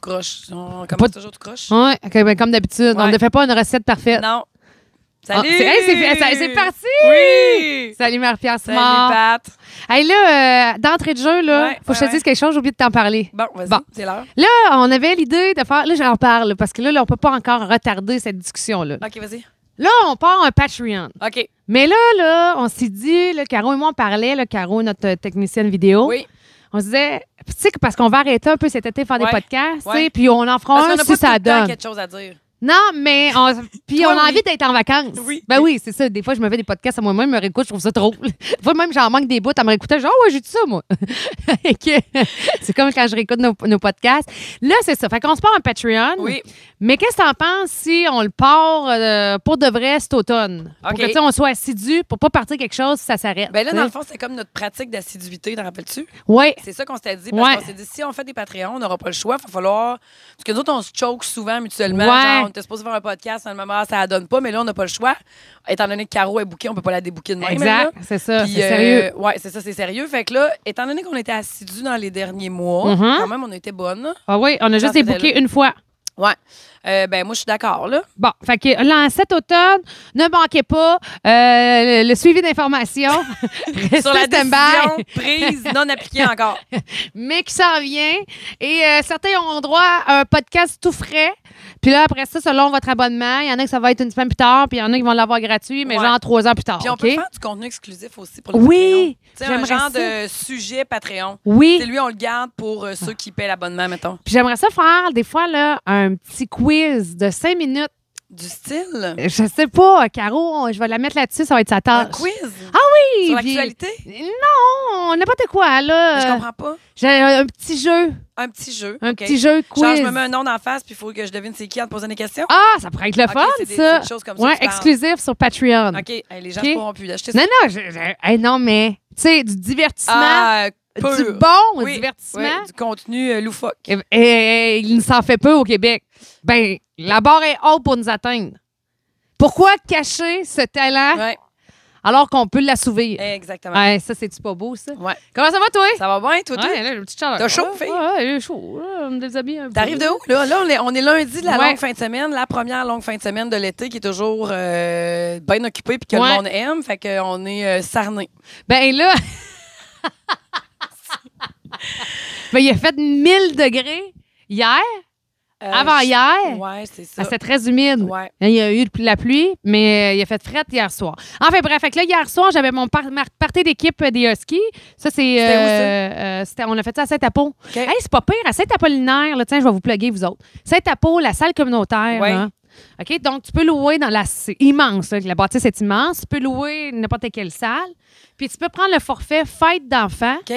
croche. On commence Pas de- toujours tout croche. Ouais, ok, ben, comme d'habitude, on Ouais. ne fait pas une recette parfaite. Non. Ah, Salut! c'est- hey, c'est fait- ça- c'est parti! Oui! Salut Marie-Pierre Salut, Simard. Pat. Hey là, euh, d'entrée de jeu, là, Ouais, faut que je ouais, te ouais. dise quelque chose, j'ai oublié de t'en parler. Bon, vas-y, Bon. c'est l'heure. Ah, on avait l'idée de faire. Là, j'en parle parce que là, là, on peut pas encore retarder cette discussion-là. OK, vas-y. Là, on part un Patreon. OK. Mais là, là, on s'est dit, là, Caro et moi, on parlait, là, Caro, notre euh, technicienne vidéo. Oui. On se disait, tu sais, que parce qu'on va arrêter un peu cet été faire Ouais, des podcasts, tu sais, ouais. puis on en fera Parce qu'on un a si pas tout ça le temps donne. quelque chose à dire. Non, mais on, puis Toi, on a oui. envie d'être en vacances. Oui. Ben oui, c'est ça. Des fois, je me fais des podcasts à moi-même, je me réécoute, je trouve ça trop. Des fois, même, j'en manque des bouts à me réécouter. Genre, Ah ouais, j'ai dit ça, moi. Et que- c'est comme quand je réécoute nos, nos podcasts. Là, c'est ça. Fait qu'on se part un Patreon. Oui. Mais qu'est-ce que t'en penses si on le part euh, pour de vrai cet automne? OK. Pour que, tu sais, on soit assidu, pour pas partir quelque chose si ça s'arrête. Ben là, dans le fond, c'est comme notre pratique d'assiduité, t'en rappelles-tu? Oui. C'est ça qu'on s'était dit. Parce Ouais. qu'on s'est dit, si on fait des Patreons, on n'aura pas le choix. Il va falloir. Parce que nous autres, on se choke souvent mutuellement. Ouais. Genre, on était supposé faire un podcast, dans le moment, ça la donne pas, mais là, on n'a pas le choix. Étant donné que Caro est bouquée, on peut pas la débouquer de même. là. Exact. C'est ça. Puis, Ah, C'est euh, sérieux. ouais, c'est ça, c'est sérieux. Fait que là, étant donné qu'on était assidus dans les derniers mois, Mhm. quand même, on était bonnes. Ah oui, on a j'en juste faisais débouqué une fois. Ouais. Euh, ben, moi, je suis d'accord, là. Bon, fait que là, cet automne, ne manquez pas euh, le, le suivi d'informations. Restez Sur la stand-by, décision prise, non appliquée encore. mais qui s'en vient. Et euh, certains ont droit à un podcast tout frais. Puis là, après ça, selon votre abonnement, il y en a que ça va être une semaine plus tard, puis il y en a qui vont l'avoir gratuit, mais Ouais. genre trois heures plus tard. Puis, on OK? peut faire du contenu exclusif aussi pour le Oui, Patreon. Tu sais, un j'aimerais genre de sujet Patreon. Oui. C'est lui, on le garde pour euh, ceux qui paient l'abonnement, mettons. Puis j'aimerais ça faire, des fois, là, un petit quiz de cinq minutes. Du style? Je sais pas, Caro, on- je vais la mettre là-dessus, ça va être sa Un Euh, tâche. Ah, quiz? Oui, Sur puis- l'actualité? Non, n'importe quoi, là. Je comprends pas. J'ai un un petit jeu. Un petit jeu. Un OK. petit jeu quiz. Genre, je me mets un nom d'en face, puis il faut que je devine c'est qui en te posant des questions. Ah, ça pourrait être le Ok, fun, c'est des- ça. c'est des choses comme ça ouais, que tu parles. exclusif sur Patreon. OK. Hey, les gens OK. ne pourront plus l'acheter. Non, non, je- je- hey, non, mais, tu sais, du divertissement, Ah, pur. du bon Oui, divertissement. Ouais, du contenu euh, loufoque. Et, et- et il ne s'en fait peu au Québec. Ben, la barre est haute pour nous atteindre. Pourquoi cacher ce talent Ouais, alors qu'on peut l'assouvir? exactement. Ouais, ça, c'est-tu pas beau, ça? Ouais. Comment ça va, toi? Ça va bien, toi? toi? Ouais, là, j'ai une petite chaleur. T'as chaud, Ouais, fille? Ouais, j'ai chaud. Ouais, on me déshabille un peu. T'arrives de où? Là, là on, est, on est lundi de la Ouais. longue fin de semaine, la première longue fin de semaine de l'été qui est toujours euh, bien occupée puis que Ouais. le monde aime. Fait qu'on est euh, sarnés. Ben là. ben, il a fait 1000 degrés hier, Euh, avant je- hier. Ouais, c'est ça. Ah, C'était très humide. Ouais. Là, Hein, Il y a eu de la pluie, mais euh, il a fait frette hier soir. Enfin bref, fait que là, hier soir, j'avais mon par mar- party d'équipe euh, des Huskies. Ça, c'est. C'était où, euh, euh, c'était- on a fait ça à Saint-Apo. OK. Hey, c'est pas pire. À Saint-Apollinaire, là, tiens, je vais vous plugger, vous autres. Saint-Apo, la salle communautaire. Ouais. là. OK? Donc, tu peux louer dans la. C'est immense, là, la bâtisse est immense. Tu peux louer n'importe quelle salle. Puis, tu peux prendre le forfait fête d'enfants. OK?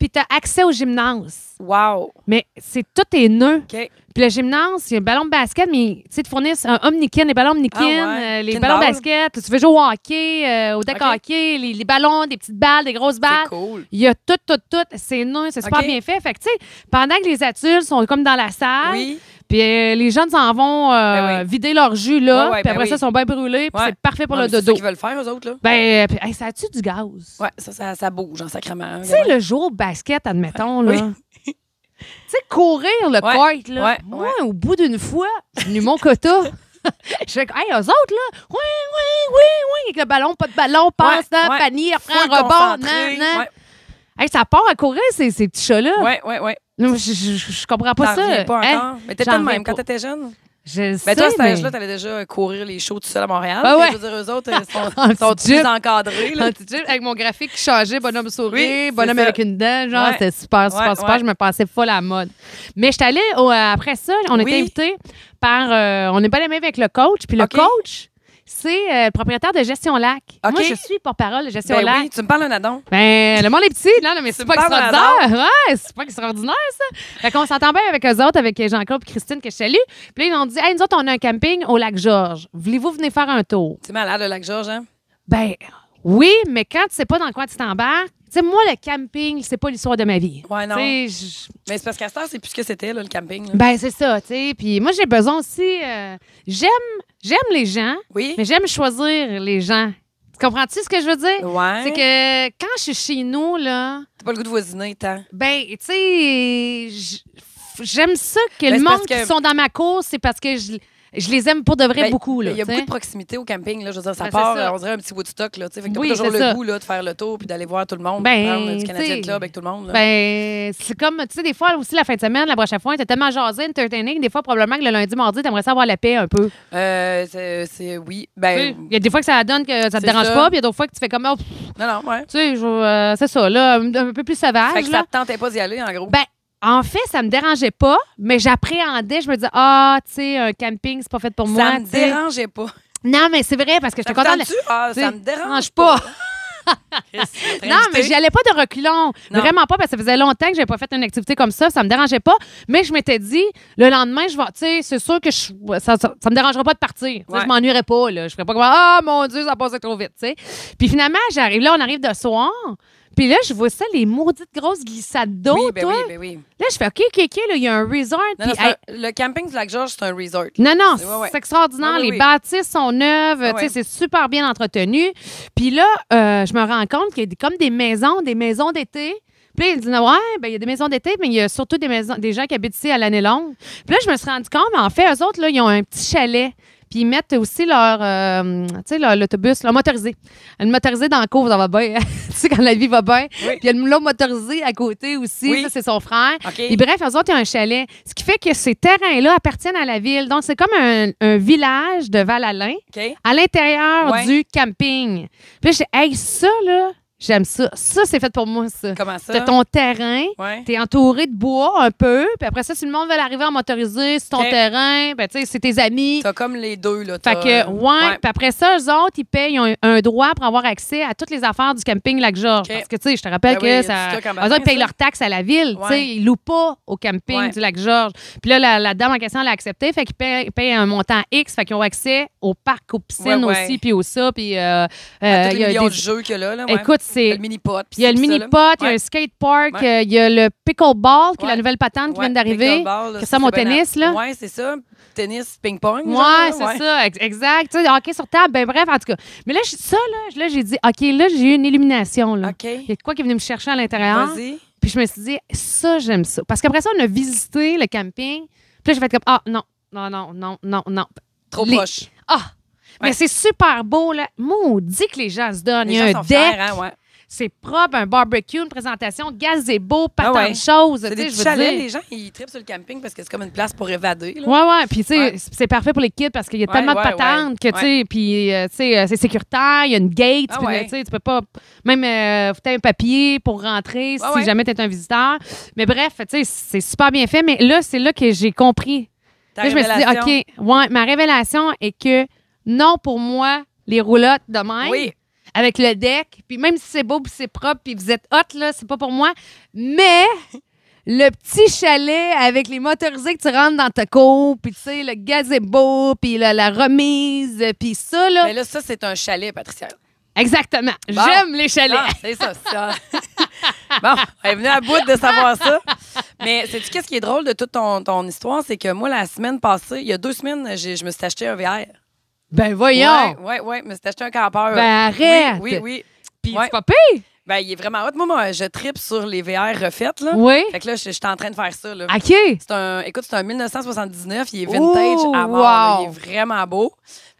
Puis, tu as accès au gymnase. Wow. Mais c'est tout est nœud. OK. Puis le gymnase, il y a le ballon de basket, mais tu sais, ils te fournissent un omnikin, les ballons omnikin, Ah ouais. euh, les Kinball. ballons de basket. Tu veux jouer au hockey, euh, au deck Ok. hockey, les, les ballons, des petites balles, des grosses balles. C'est cool. Il y a tout, tout, tout. C'est nul, c'est super Ok. bien fait. Fait que, tu sais, pendant que les adultes sont comme dans la salle, Oui. puis euh, les jeunes s'en vont euh, Ben oui. vider leur jus là, Ouais, ouais, puis ben après ça, oui. ils sont bien brûlés, puis Ouais. c'est parfait pour Non, le mais C'est dodo. ça qu'ils veulent faire, eux autres, là. Ben, euh, puis, hey, ça a-tu du gaz? Ouais, ça, ça, ça bouge en sacrement. hein, Tu sais, gamin. le jour basket, admettons, là. Oui. tu sais, courir le Ouais, court, là. ouais, Moi, au bout d'une fois, j'ai venu mon quota. Je fais, hey, eux autres, là, oui, oui, oui, oui, avec le ballon, pas de ballon, passe, Ouais, dans ouais. panier, Faut prend un être rebond, concentré. nan, nan. Hey, ça part à courir, ces, ces petits chats-là. Ouais, ouais, ouais. ouais. Non, Je, je, je- je comprends pas T'en ça. reviens pas Hein? encore. Mais t'étais j'en le reviens même quand pas. t'étais jeune. Je sais, Mais toi, à cet mais- âge-là, t'allais déjà courir les shows tout seul à Montréal. Ah ouais. Ah, Je veux dire, eux autres, ils sont, En sont petit jeep. tous encadrés. là. Un petit jeep avec mon graphique qui changeait, bonhomme Oui, sourire, c'est bonhomme ça. avec une dent, genre, Ouais. c'était super, super, Ouais, super. ouais. Je me pensais folle à la mode. Mais je suis allée, au- euh, après ça, on Oui. était invité par. euh, on est pas les mêmes avec le coach. Puis le OK. coach, c'est euh, le propriétaire de Gestion Lac. OK. Moi, je suis porte-parole de Gestion Ben Lac. oui, tu me parles d'un adon. Ben, le monde est petit, non, non, mais c'est me pas parles d'un extraordinaire. Ouais, c'est pas extraordinaire, ça. Fait qu'on s'entend bien avec eux autres, avec Jean-Claude et Christine que je salue. Puis là, ils ont dit, hey, nous autres, on a un camping au lac Georges. Voulez-vous venir faire un tour? Tu malade, le Lac-Georges, hein? Ben oui, mais quand tu sais pas dans quoi tu t'embarques, tu sais, moi, le camping, c'est pas l'histoire de ma vie. Ouais, non. Tu sais, je- Mais c'est parce qu'à cette heure, c'est plus ce que c'était, là, le camping. là. Ben, c'est ça, tu sais. Puis moi, j'ai besoin aussi. euh, j'aime, j'aime les gens, oui. mais j'aime choisir les gens. Tu comprends-tu ce que je veux dire? Ouais. C'est que quand je suis chez nous, là, T'as pas le goût de voisiner, tant. ben, tu sais, je- j'aime ça que Ben, le c'est monde parce qui que- sont dans ma cause, c'est parce que je, je les aime pour de vrai Ben, beaucoup. Là, Il y a t'sais. beaucoup de proximité au camping. Là, je veux dire, ça Ben, c'est part, ça. euh, on dirait un petit Woodstock. Là, tu sais, fait que t'as Oui, toujours c'est le ça. goût là, de faire le tour puis d'aller voir tout le monde, Ben, prendre du t'sais. Canadien Club avec tout le monde. là. Ben, c'est comme, tu sais, des fois aussi, la fin de semaine, la prochaine fois, t'es tellement jasé, entertaining, des fois, probablement que le lundi, mardi, t'aimerais ça avoir la paix un peu. Euh, c'est- c'est oui. Tu sais, Ben, Il y a des fois que ça donne que ça te c'est dérange ça. pas, puis il y a d'autres fois que tu fais comme, oh, pff, non, non, ouais. tu sais, je- euh, c'est ça, là, un, un peu plus sauvage. Fait que là. ça te tentait pas d'y aller, en gros. Ben, en fait, ça me dérangeait pas, mais j'appréhendais. Je me disais, ah, tu sais, un camping, c'est pas fait pour ça moi. me tu sais. dérangeait pas. Non, mais c'est vrai, parce que j'étais Ça contente. me de- tente-tu? Ah, tu sais, ça me dérange dérange pas. Christ, Non, mais j'y allais pas de reculons. Non. Vraiment pas, parce que ça faisait longtemps que j'avais pas fait une activité comme ça. Ça me dérangeait pas. Mais je m'étais dit, le lendemain, je vais. Tu sais, c'est sûr que je, ça, ça, ça me dérangera pas de partir. Tu sais, Ouais. Je m'ennuierais pas, là. Je ferais pas comme, ah, mon Dieu, ça passait trop vite, tu sais. Puis finalement, j'arrive là, on arrive de soir. Puis là, je vois ça, les maudites grosses glissades d'eau, Oui, ben toi. oui, ben oui. Là, je fais, OK, OK, OK, là, il y a un resort. Non, non, puis, c'est hey, un- le camping du lac Georges, c'est un resort. Non, non, Ouais, ouais. c'est extraordinaire. Ouais, ouais, les ouais. bâtisses sont neuves. Ouais, tu sais, Ah ouais. C'est super bien entretenu. Puis là, euh, je me rends compte qu'il y a des- comme des maisons, des maisons d'été. Puis là, ils disent, ouais, ben, il y a des maisons d'été, mais il y a surtout des, maisons, des gens qui habitent ici à l'année longue. Puis là, je me suis rendu compte, mais en fait, eux autres, là, ils ont un petit chalet. Puis ils mettent aussi leur, euh, tu sais, leur- l'autobus, leur motorisé. Le motorisé dans le cours, ça va bien. hein? tu sais, quand la vie va bien. Oui. Puis il y a le l'autre motorisé à côté aussi. Oui. Ça, c'est son frère. OK. Puis bref, eux autres, ils ont un chalet. Ce qui fait que ces terrains-là appartiennent à la ville. Donc, c'est comme un, un village de Val-Alain OK. à l'intérieur Ouais. du camping. Puis là, j'ai hey, ça, là, j'aime ça. Ça, c'est fait pour moi, ça. Comment ça? T'as ton terrain, Ouais. t'es entouré de bois un peu. Puis après ça, si le monde veut l'arriver en motorisé, c'est ton Ok. terrain. Ben, tu sais, c'est tes amis. T'as comme les deux, là. Fait t'as- euh, que, ouais. Puis après ça, eux autres, ils payent ils ont un, un droit pour avoir accès à toutes les affaires du camping Lac-Georges. OK. Parce que, tu sais, je te rappelle Ben oui, il y a que du ça. stock en eux matin, autres, ils payent ça. leur taxe à la ville. Tu Ouais. sais, ils louent pas au camping Ouais. du Lac-Georges. Puis là, la, la dame en question l'a accepté. Fait qu'ils payent, ils payent un montant X. Fait qu'ils ont accès au parc, aux piscines Ouais, ouais. aussi, puis au ça. Puis, euh, euh, À tous il y les a millions des- de jeux qu'il y a là, là, ouais. Écoute, Il y a c'est. le mini-pot. Il y a le mini-pot, il y a un skatepark, Ouais. euh, il y a le pickleball, qui est la Ouais. nouvelle patente qui vient d'arriver. C'est ça, mon tennis, là. Oui, c'est ça. Tennis, ping-pong. genre, Ouais, là, c'est ça, ex- exact. Tu sais, hockey sur table, ben bref, en tout cas. Mais là, je- ça, là, je- là, j'ai dit, OK, là, j'ai eu une illumination, là. Il y OK. a de quoi qui est venu me chercher à l'intérieur. Vas-y. Puis je me suis dit, ça, j'aime ça. Parce qu'après ça, on a visité le camping. Puis là, j'ai fait comme, ah, non, non, non, non, non, non. Trop Les- proche. Ah! Ouais. Mais c'est super beau, là. Maudit que les gens se donnent. Il Les y a gens un sont deck, fiers, hein, ouais. c'est propre, un barbecue, une présentation, gazebo, pas Ah tant ouais. de choses. C'est tu des sais, je petits veux chalets. dire. Les gens, ils tripent sur le camping parce que c'est comme une place pour évader. là. Ouais, ouais. Puis, tu sais, Ouais. c'est parfait pour les kids parce qu'il y a Ouais, tellement ouais, de patentes ouais. que, tu sais, puis, euh, tu sais, euh, c'est sécuritaire, il y a une gate, Ah puis, ouais. tu sais, tu peux pas. Même, euh, faut t'as un papier pour rentrer si ouais. jamais t'es un visiteur. Mais bref, tu sais, c'est super bien fait. Mais là, c'est là que j'ai compris. Ta Là, je me suis révélation. dit, OK, ouais, ma révélation est que non, pour moi, les roulottes de même, Oui. avec le deck, puis même si c'est beau, puis c'est propre, puis vous êtes hot, là, c'est pas pour moi. Mais le petit chalet avec les motorisés que tu rentres dans ta cour, puis tu sais, le gazebo, puis la, la remise, puis ça, là. Mais là, ça, c'est un chalet, Patricia. Exactement. Bon. J'aime les chalets. Ah, c'est ça, c'est ça. bon, elle est venue à bout de savoir ça. Mais sais-tu qu'est-ce qui est drôle de toute ton, ton histoire? C'est que moi, la semaine passée, il y a deux semaines, j'ai- je me suis acheté un VR. Ben voyons. Oui, oui, ouais, je me suis acheté un campeur. Ben, arrête. Oui, oui, oui. Puis Ouais. c'est pas pire. Ben, il est vraiment hot. Moi, moi, je tripe sur les VR refaites, là. Oui. Ah, Fait que là, je je suis en train de faire ça, là. OK. C'est un, écoute, c'est un 1979, il est vintage Ouh, à mort, là. wow. il est vraiment beau.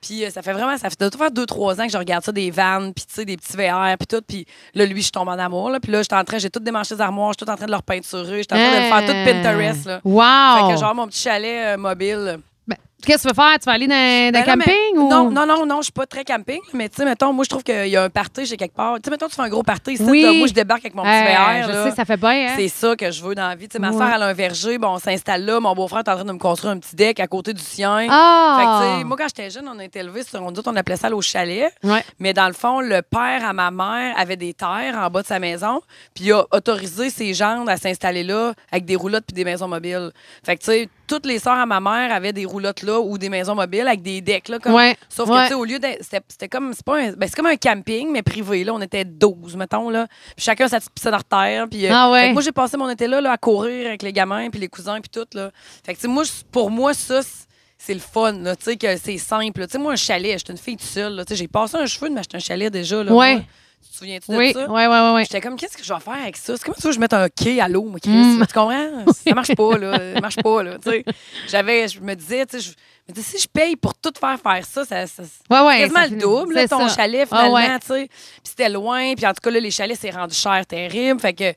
Puis euh, ça fait vraiment, ça fait de faire deux trois ans que je regarde ça des vannes, puis tu sais des petits VR, puis tout, puis là lui je tombe en amour là, puis là j'étais en train, j'ai tout démarché les armoires, je suis tout en train de leur peinturer, j'étais en train de le faire tout Pinterest là. Hein. Euh, Wow. Fait que genre mon petit chalet euh, mobile. Ben, Qu'est-ce que tu veux faire? Tu vas aller dans, dans Ben non, mais- camping ou. Non, non, non, non, je suis pas très camping, mais tu sais, mettons, moi, je trouve qu'il y a un party chez quelque part. Tu sais, mettons, tu fais un gros party ici, Oui. là, moi, je débarque avec mon petit Hey, VR, Je là. sais, ça fait bien, hein? C'est ça que je veux dans la vie. Tu sais, ma Ouais. soeur, elle a un verger. Bon, on s'installe là. Mon beau-frère est en train de me construire un petit deck à côté du sien. Fait que, tu Ah! sais, moi, quand j'étais jeune, on a été élevés sur, on dit, on appelait ça le chalet. Ouais. Mais dans le fond, le père à ma mère avait des terres en bas de sa maison, puis il a autorisé ses gens à s'installer là avec des roulottes puis des maisons mobiles. Fait que, tu sais, toutes les sœurs à ma mère avaient des roulottes là ou des maisons mobiles avec des decks là. Comme... Ouais. Sauf Ouais. que, tu sais, au lieu d'être. C'était c'était comme. C'est pas un- ben, c'est comme un camping, mais privé, là. On était 12, mettons, là. Puis chacun sa petite piscine hors terre. Puis, euh, Ah ouais. fait que moi, j'ai passé mon été là, là, à courir avec les gamins, puis les cousins, puis tout, là. Fait que, tu sais, moi, c'est- pour moi, ça, c'est- c'est le fun, là. Tu sais, que c'est simple. là. Tu sais, moi, un chalet, j'étais une fille toute seule, là. Tu sais, j'ai passé un cheveu de m'acheter un chalet déjà, là. Ouais. moi. Tu te souviens-tu Oui, de ça? oui, oui, oui. J'étais comme, qu'est-ce que je vais faire avec ça? C'est comme ça que je vais mettre un quai à l'eau, moi, Chris. Mm. Tu comprends? Ça marche pas, là. Ça marche pas, là. Tu sais, j'avais, je me disais, tu sais, je me disais, si je paye pour tout faire faire ça, ça, ça- Ouais, ouais, quasiment ça le finit- double, là, c'est ton ça. chalet, Ah, finalement, ouais. tu sais. Puis c'était loin, puis en tout cas, là, les chalets, c'est rendu cher, terrible. Fait que,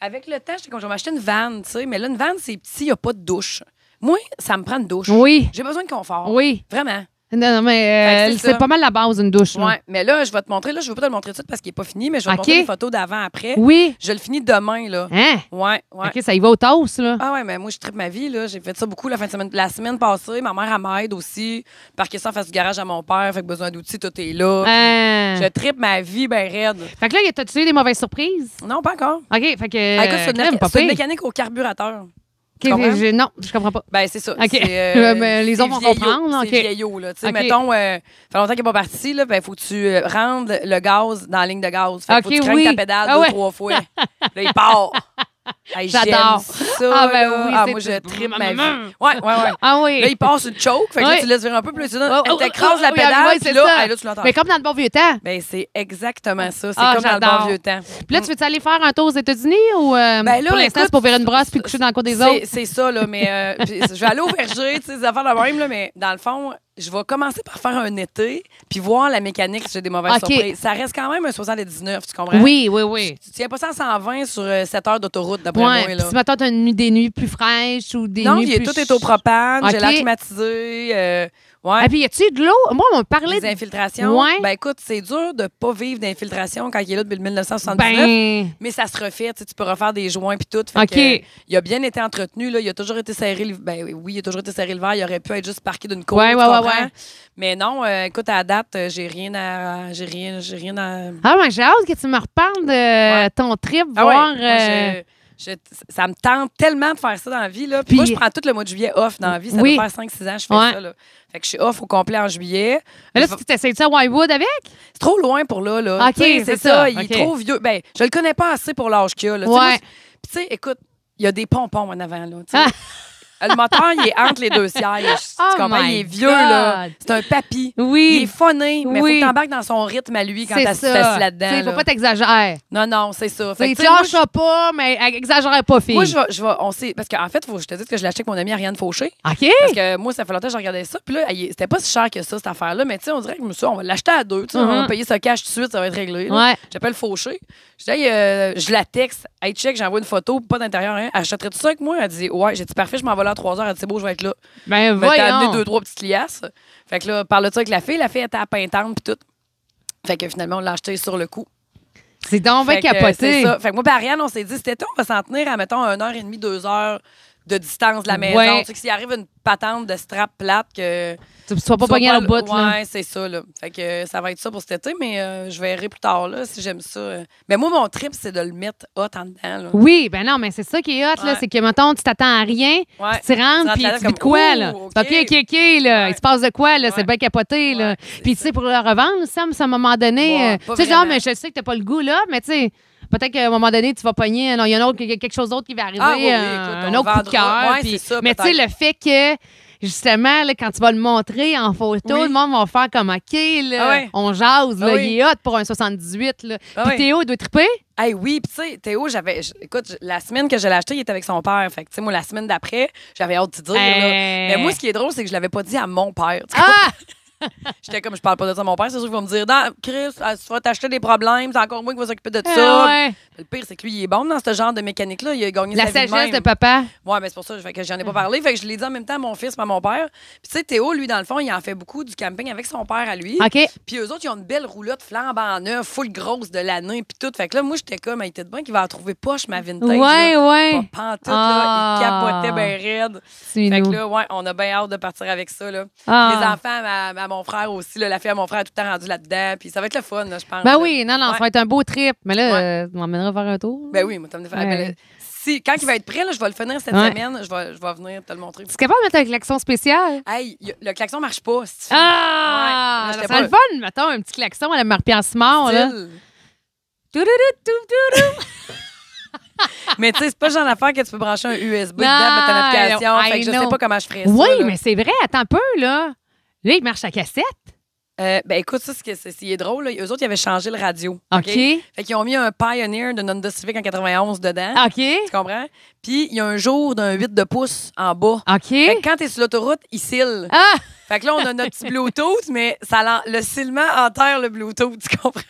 avec le temps, j'étais comme, je vais m'acheter une vanne, tu sais. Mais là, une vanne, c'est petit, il a pas de douche. Moi, ça me prend une douche. Oui. J'ai besoin de confort. Oui. Vraiment. Non, non, mais Fait euh, que c'est ça. c'est pas mal la base, une douche. là. Ouais. Mais là, je vais te montrer, là, je veux pas te le montrer tout de suite parce qu'il est pas fini, mais je vais Ok. te montrer les photos d'avant-après. Oui. Je le finis demain, là. Hein? Ouais, ouais. OK, ça y va au toast, là. Ah ouais, mais moi, je tripe ma vie, là. J'ai fait ça beaucoup la fin de semaine. La semaine passée, ma mère, elle m'aide aussi. Parquer ça en face du garage à mon père. Fait que besoin d'outils, tout est là. Hein. Je tripe ma vie, ben raide. Fait que là, t'as-tu eu des mauvaises surprises? Non, pas encore. OK, fait que... Ah, écoute, c'est une, Euh, crème, méca- pas c'est une pire. mécanique au carburateur. Ok, comprends? j'ai- Non, je comprends pas. Ben, c'est ça. OK. C'est, Ben, les c'est autres vont vieillot, comprendre, là, C'est OK. vieillot, là. Tu sais, OK. mettons, euh, fait longtemps qu'il n'est pas parti, là. Ben, faut que tu euh, rendes le gaz dans la ligne de gaz. Fait que faut que OK, tu craignes oui. ta pédale Ah deux, ouais. trois fois. là, il part. Hey, j'aime J'adore. ça, Ah, ben là. oui, Ah, c'est moi, je tout. tripe ma vie. Maman. Ouais, ouais, ouais. Ah oui. Là, il passe une choke. Fait que là, Ouais. tu laisses virer un peu, puis là, tu donnes. Oh, oh, elle t'écrase oh, la oh, oui, oui, pédale, oui, puis c'est là, ça. hey, là, tu l'entends. Mais comme dans le bon vieux temps. Ben, c'est exactement ça. C'est Ah, comme dans le bon j'adore. vieux temps. Puis là, tu veux-tu aller faire un tour aux États-Unis ou euh, Mm. Ben là, pour l'instant, écoute, c'est pour virer une brosse puis coucher dans le coin des C'est- autres? C'est ça, là, mais euh, puis je vais aller au verger, tu sais, des affaires de même, là, mais dans le fond, je vais commencer par faire un été, puis voir la mécanique si j'ai des mauvaises OK. surprises. Ça reste quand même un 79, tu comprends? Oui, oui, oui. Tu tiens pas ça en 120 sur 7 heures d'autoroute, d'après Ouais. moi, Puis là. si maintenant, t'as une nuit- des nuits plus fraîches ou des Non, nuits il est- plus... tout est au propane, j'ai OK. l'air climatisé, euh, Ah, ouais. puis y a-tu de l'eau? Moi, on me parlait Les de... infiltrations. Ouais. Ben écoute, c'est dur de pas vivre d'infiltration quand il est là depuis 1979. Ben... Mais ça se refait, tu sais, tu peux refaire des joints puis tout. Fait OK. que, euh, il a bien été entretenu, là. Il a toujours été serré le ben, oui, il a toujours été serré le verre. Il aurait pu être juste parqué d'une côte. Ouais, tu ouais, ouais, comprends? ouais. Mais non, euh, écoute, à la date, euh, j'ai rien à. J'ai rien, j'ai rien à. Ah, ben, j'ai hâte que tu me reparles de ton trip, Ah ouais, voir... moi, euh, je- je- ça me tente tellement de faire ça dans la vie. Là. Puis Puis- moi, je prends tout le mois de juillet off dans la vie. Ça Oui. doit faire 5-6 ans que je fais Ouais. ça. Là. Fait que je suis off au complet en juillet. Mais là, Je vais- tu t'essayes ça à Wildwood avec? C'est trop loin pour là, là. OK, Tu sais, c'est c'est ça. ça. Il OK. est trop vieux. Ben, je le connais pas assez pour l'âge qu'il a. Là. Tu sais, Ouais. moi, je- Puis tu sais, écoute, il y a des pompons en avant, là. tu sais. le moteur, il est entre les deux sièges. Ah. Oh tu comprends? Il my est vieux, là. God. C'est un papy. Il est Oui, funné, mais Oui. faut que t'embarques dans son rythme à lui quand c'est t'as assis ça. là-dedans. T'sais, là. Faut pas t'exagérer. Non, non, c'est ça. Fait T'sais, que, tu Tu sais, moi, lâches ça pas, mais exagère pas, fille. moi, je vais, je vais- on sait, parce qu'en fait, faut que je te dise que je l'ai acheté avec mon amie Ariane Fauché. OK. Parce que moi, ça fait longtemps que je regardais ça. Puis là, il- c'était pas si cher que ça, cette affaire-là. Mais tu sais, on dirait que je me suis dit, on va l'acheter à deux. tu sais, On va Mhm. payer ce cash tout de suite, ça va être réglé. là. Ouais. J'appelle Fauché. Je dis, Hey, euh, je la texte. Hey, check, j'envoie une photo, pas d'intérieur, rien. Achèterais-tu ça avec moi? Elle dit, ouais. J'ai dit, parfait, je m'en vais là à 3 heures. Elle dit, c'est beau, je vais être là. Ben, Mais t'as voyons. amené deux, trois petites liasses. Fait que là, parle-tu avec la fille? La fille était à peintante, puis tout. Fait que finalement, on l'a acheté sur le coup. C'est donc bien Fait que, euh, c'est capoté. ça. Fait que moi, pis Ariane, on s'est dit, c'était on va s'en tenir à, mettons, 1 heure et demie, deux heures de distance de la maison. Ouais. Tu sais, que s'il arrive une patente de strap plate que. Tu sois pas tu vas pogné à le- l'autre bout, là. Ouais, c'est ça, là. Fait que euh, ça va être ça pour cet été, mais euh, je verrai plus tard, là, si j'aime ça. euh. Mais moi, mon trip, c'est de le mettre hot en dedans, là. Oui, ben non, mais c'est ça qui est hot, là. Ouais. C'est que, mettons, tu t'attends à rien, Ouais. puis tu rentres, Tu rentres puis là-dedans tu vis de comme, quoi, Ouh, là? OK. T'as OK, OK, OK, là. Ouais. Il se passe de quoi, là? Ouais. C'est bien capoté, là. Ouais, Puis, tu sais, pour le revendre, Sam, ça, à un moment donné. Ouais, euh, pas tu sais, genre, vraiment. mais je sais que t'as pas le goût, là, mais tu sais, peut-être qu'à un moment donné, tu vas pogner. Non, il y en a un autre, il y a quelque chose d'autre qui va arriver, Ah, oui, oui, euh, écoute, on un autre coup de vendra. cœur. Ouais, puis- c'est ça, mais, tu sais, peut-être. le fait que. Justement, là, quand tu vas le montrer en photo, Oui. le monde va faire comme OK, là, Ah ouais. on jase, là, Ah oui. il est hot pour un 78. Là. Ah Puis ouais. Théo, il doit triper. Hey, oui, pis tu sais, Théo, j'avais. j- Écoute, j- la semaine que je l'ai acheté, il était avec son père. Fait que, tu sais, moi, la semaine d'après, j'avais hâte de dire, là. Hey. Mais moi, ce qui est drôle, c'est que je l'avais pas dit à mon père. Tu Euh, Ah! J'étais comme, je parle pas de ça à mon père, c'est sûr qu'il va me dire, non, Chris, ah, tu vas t'acheter des problèmes, c'est encore moi qui vais s'occuper de ça. Ah ouais. Le pire, c'est que lui, il est bon dans ce genre de mécanique-là. Il a gagné La sa vie de sagesse de même. papa. Ouais, mais c'est pour ça fait que j'en ai pas parlé. Fait que je l'ai dit en même temps à mon fils, et à mon père. Puis tu sais, Théo, lui, dans le fond, il en fait beaucoup du camping avec son père à lui. OK. Puis eux autres, ils ont une belle roulotte flambant neuve, full grosse de l'année, puis tout. Fait que là, moi, j'étais comme, il était de bon qu'il va la trouver poche, ma vintage. Ouais, là. ouais. Pas pantoute, là. Ah. Il capotait bien raide. C'est Fait que nous. là, ouais, on a bien hâte de partir avec ça, là. Ah. Les enfants, à, à mon frère aussi, là, la fille à mon frère est tout le temps rendue là-dedans. Puis ça va être le fun, là, je pense. Ben là. oui, non, non, Ouais. ça va être un beau trip. Mais là, Ouais. euh, tu m'emmèneras faire un tour. Ben oui, moi, t'as amené faire. ben Ouais. là, si, quand il va être prêt, là, je vais le finir cette Ouais. semaine. Je vais, je vais venir te le montrer. Tu es capable de mettre un klaxon spécial? Hey, y a- le klaxon marche pas. si tu fais Ah! Ouais, là, ça j'étais serait le pas- fun, mettons, un petit klaxon à la Marie-Pierre Simard, là. style. Toudoudou, toudoudou. Mais tu sais, c'est pas le genre d'affaire que tu peux brancher un USB dedans, Non, mettre une application. I fait que je know. sais pas comment je ferais ça. Oui, là. mais c'est vrai, attends un peu, là. Là, il marche à cassette. Euh, ben écoute, ça, c'est, c'est, c'est drôle. Là. Eux autres, ils avaient changé le radio. OK. Fait qu'ils ont mis un Pioneer de Honda Civic en 91 dedans. OK. Tu comprends? Puis il y a un jour d'un 8 de pouce en bas. Fait que OK. quand t'es sur l'autoroute, ils cillent. Ah! Fait que là, on a notre petit Bluetooth, mais ça l'en- le ciment enterre le Bluetooth, tu comprends?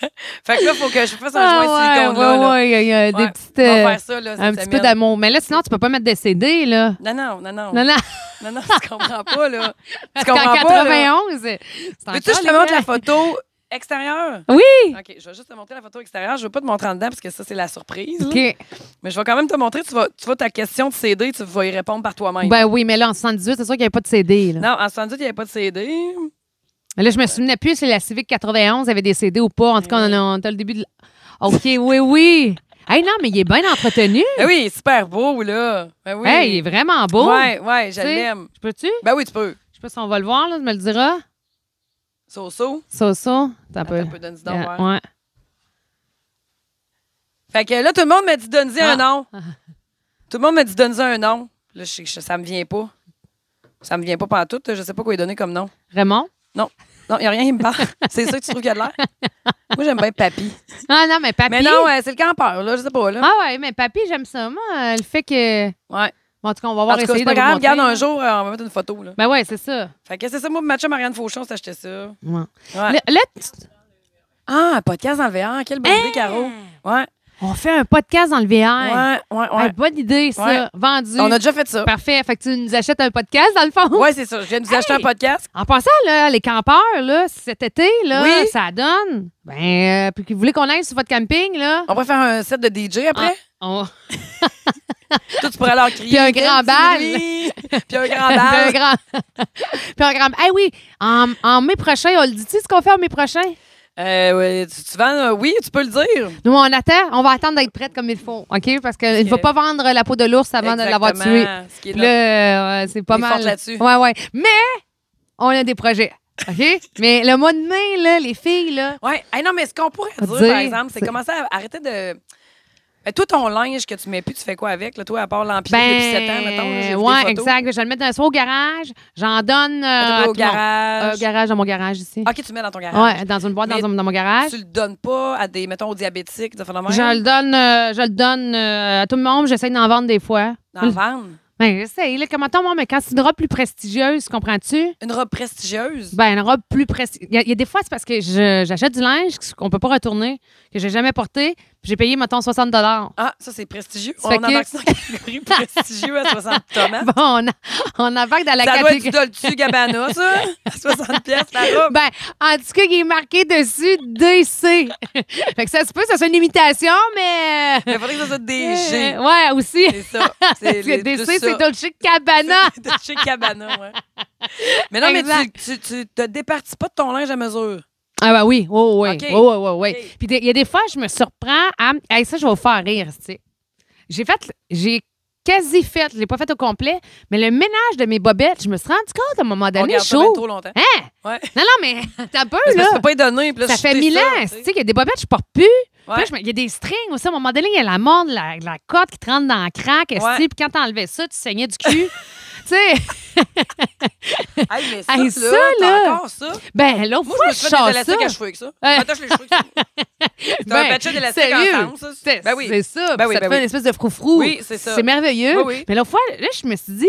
Fait que là, faut que je fasse un joint de Ah, ouais, silicone là. ouais, là. ouais, il y a- il y a des Ouais, petites. on euh, va faire ça, là, un cette petit peu semaine. d'amour. Mais là, sinon, tu peux pas mettre des CD, là. Non, non, non, non. Non, non. Non, non, tu comprends pas, là. Tu Parce qu'en comprends pas, là. 91, c'est c'est Veux-tu que encore je te montre la légal. photo extérieure? Oui! OK, je vais juste te montrer la photo extérieure. Je ne veux pas te montrer en dedans parce que ça, c'est la surprise. là. OK. Mais je vais quand même te montrer. Tu vas, tu vas ta question de CD, tu vas y répondre par toi-même. Ben oui, mais là, en 78, c'est sûr qu'il n'y avait pas de CD. Là. non, en 78, il n'y avait pas de CD. Mais là, je me souvenais plus si la Civic 91 avait des CD ou pas. En tout cas, on a, on a le début de. la- OK, oui, oui. Hey, non, mais il est bien entretenu. Ben oui, il est super beau, là. Ben oui. Hey, il est vraiment beau. Ouais, ouais, je Tu sais. l'aime. Je peux-tu? Ben oui, tu peux. Je sais pas si on va le voir, là, tu me le diras. So-so. Ça, ça. T'as Attends peu. un peu, donne-y donc, Ah, ouais. Ouais. Fait que là, tout le monde m'a dit donne-y Ah. un nom. Tout le monde m'a dit donne-y un nom. Là, je, je- ça me vient pas. Ça me vient pas pantoute. Je sais pas quoi lui donner comme nom. Raymond? Non, il n'y a rien qui me parle. c'est ça que tu trouves qu'il y a de l'air? Moi, j'aime bien Papy. Ah, non, mais papy. Mais non, euh, c'est le campeur, là. Je sais pas, là. Ah, ouais, mais papy, j'aime ça. Moi, euh, le fait que. Ouais. Bon, en tout cas, on va En voir tout cas, c'est essayer de pas vous grave. montrer, Regarde, un là. jour, euh, on va mettre une photo. Là. Ben ouais, c'est ça. Fait que c'est ça, moi, ma chum Marianne Fauchon, on s'est acheté ça. Ouais. Ouais. Là- là, tu- Ah, un podcast dans le VR. Quelle bonne Hein? idée, Caro. Ouais, on fait un podcast dans le VR. ouais, ouais. Ah, ouais. bonne idée, ça. Ouais. Vendu. On a déjà fait ça. Parfait. Fait que tu nous achètes un podcast, dans le fond. Ouais, c'est ça. Je viens de vous acheter un podcast. En passant, là, les campeurs, là, cet été, là, Oui. ça donne. Ben, euh, puis que vous voulez qu'on aille sur votre camping, là. On pourrait faire un set de DJ après. On... Toi, tu pourrais leur crier. Ah. Puis un grand bal. Timmy, Puis un grand puis un bal. Euh, grand. puis un grand. Eh oui, en, en mai prochain, on le dit-tu ce qu'on fait en mai prochain? Euh, ouais, tu, tu vends, euh, oui, tu peux le dire. Nous, on attend. On va attendre d'être prête comme il faut, OK? Parce qu'il ne va pas vendre la peau de l'ours avant de l'avoir tué. Exactement, Ce qui est Puis là, euh, c'est pas T'es mal. forte là-dessus. Ouais, ouais. Mais on a des projets. OK? Mais le mois de mai, là, les filles, là. Oui, non, mais ce qu'on pourrait dire, Dire, par exemple, c'est c'est- commencer à arrêter de. Ben, tout ton linge que tu mets plus, tu fais quoi avec? Là, toi, à part l'empiler Ben, depuis 7 ans, mettons. là, j'ai vu ouais, des photos. exact. Je vais le mettre dans, soit au garage, j'en donne euh, Attends, à tout au le monde. garage. Ah, Euh, garage, dans mon garage ici. OK, tu le mets dans ton garage. Ouais, dans une boîte, Mais dans, un- dans mon garage. Tu le donnes pas à des, mettons, aux diabétiques, de faire de même? Je Ah. le donne, euh, je le donne euh, à tout le monde. J'essaie d'en vendre des fois. Dans la vanne. Ben, j'essaie. Là, comment moi, mais quand c'est une robe plus prestigieuse, comprends-tu? Une robe prestigieuse. Ben, une robe plus prestigieuse. Il y, a des fois, c'est parce que je- j'achète du linge qu'on peut pas retourner, que j'ai jamais porté, puis j'ai payé, mettons, 60 Bon, Ah, ça, c'est prestigieux. Ça On fait en que- embarque ça dans la catégorie prestigieux à 60 tomates. on, a- on embarque dans la ça doit être catégorie. du Dolce Gabbana, ça. À 60 pièces la robe. Ben, en tout cas, il est marqué dessus DC. fait que ça se peut, ça soit une imitation, mais. Il faudrait que ça soit des G. Euh, ouais, aussi. C'est ça. C'est Parce que les- DC, juste c'est ça. Dolce Cabana. de chez Cabana, ouais. Mais non, mais tu, Exact. tu, tu te départis pas de ton linge à mesure. Ah, ben oui. Oh, oui. OK. Oh, oui, oui, oui. OK. Puis des- il y a des fois, je me surprends à. m- Hey, ça, je vais vous faire rire, tu sais. J'ai fait. J'ai quasi fait, je l'ai pas fait au complet, mais le ménage de mes bobettes, je me suis rendu compte à un moment On donné, garde ça bien chaud. trop longtemps. Hein? Ouais. Non, non, mais t'as un peu, Parce que là. ça pas donné. Puis là, Ça je fait fais mille ça, ans, tu tu sais. sais, qu'il y a des bobettes, je porte plus. Puis là, Ouais. je me- Il y a des strings aussi. À un moment donné, il y a la morde, la, la corde qui te rentre dans la craque. esti, Ouais. Puis quand t'enlevais ça, tu saignais du cul. tu sais, Hey, mais ça, Hey, ça, là, t'as là. encore ça. ben l'autre Moi, fois, je me je suis fait des chasse ça. élastiques à cheveux avec ça. Hey. Attache les cheveux avec ça. C'est un Ben, patchet d'élastique sérieux, en France. ça. C'est Ben oui. c'est ça. Ben puis oui, ça te ben fait oui. une espèce de froufrou. Oui, c'est ça. C'est merveilleux. Oui, oui. Mais l'autre fois, là, je me suis dit,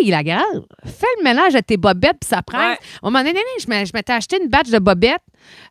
hey, la garde, fais le mélange à tes bobettes puis ça presse. Ouais. À un moment donné, je me- je m'étais acheté une batch de bobettes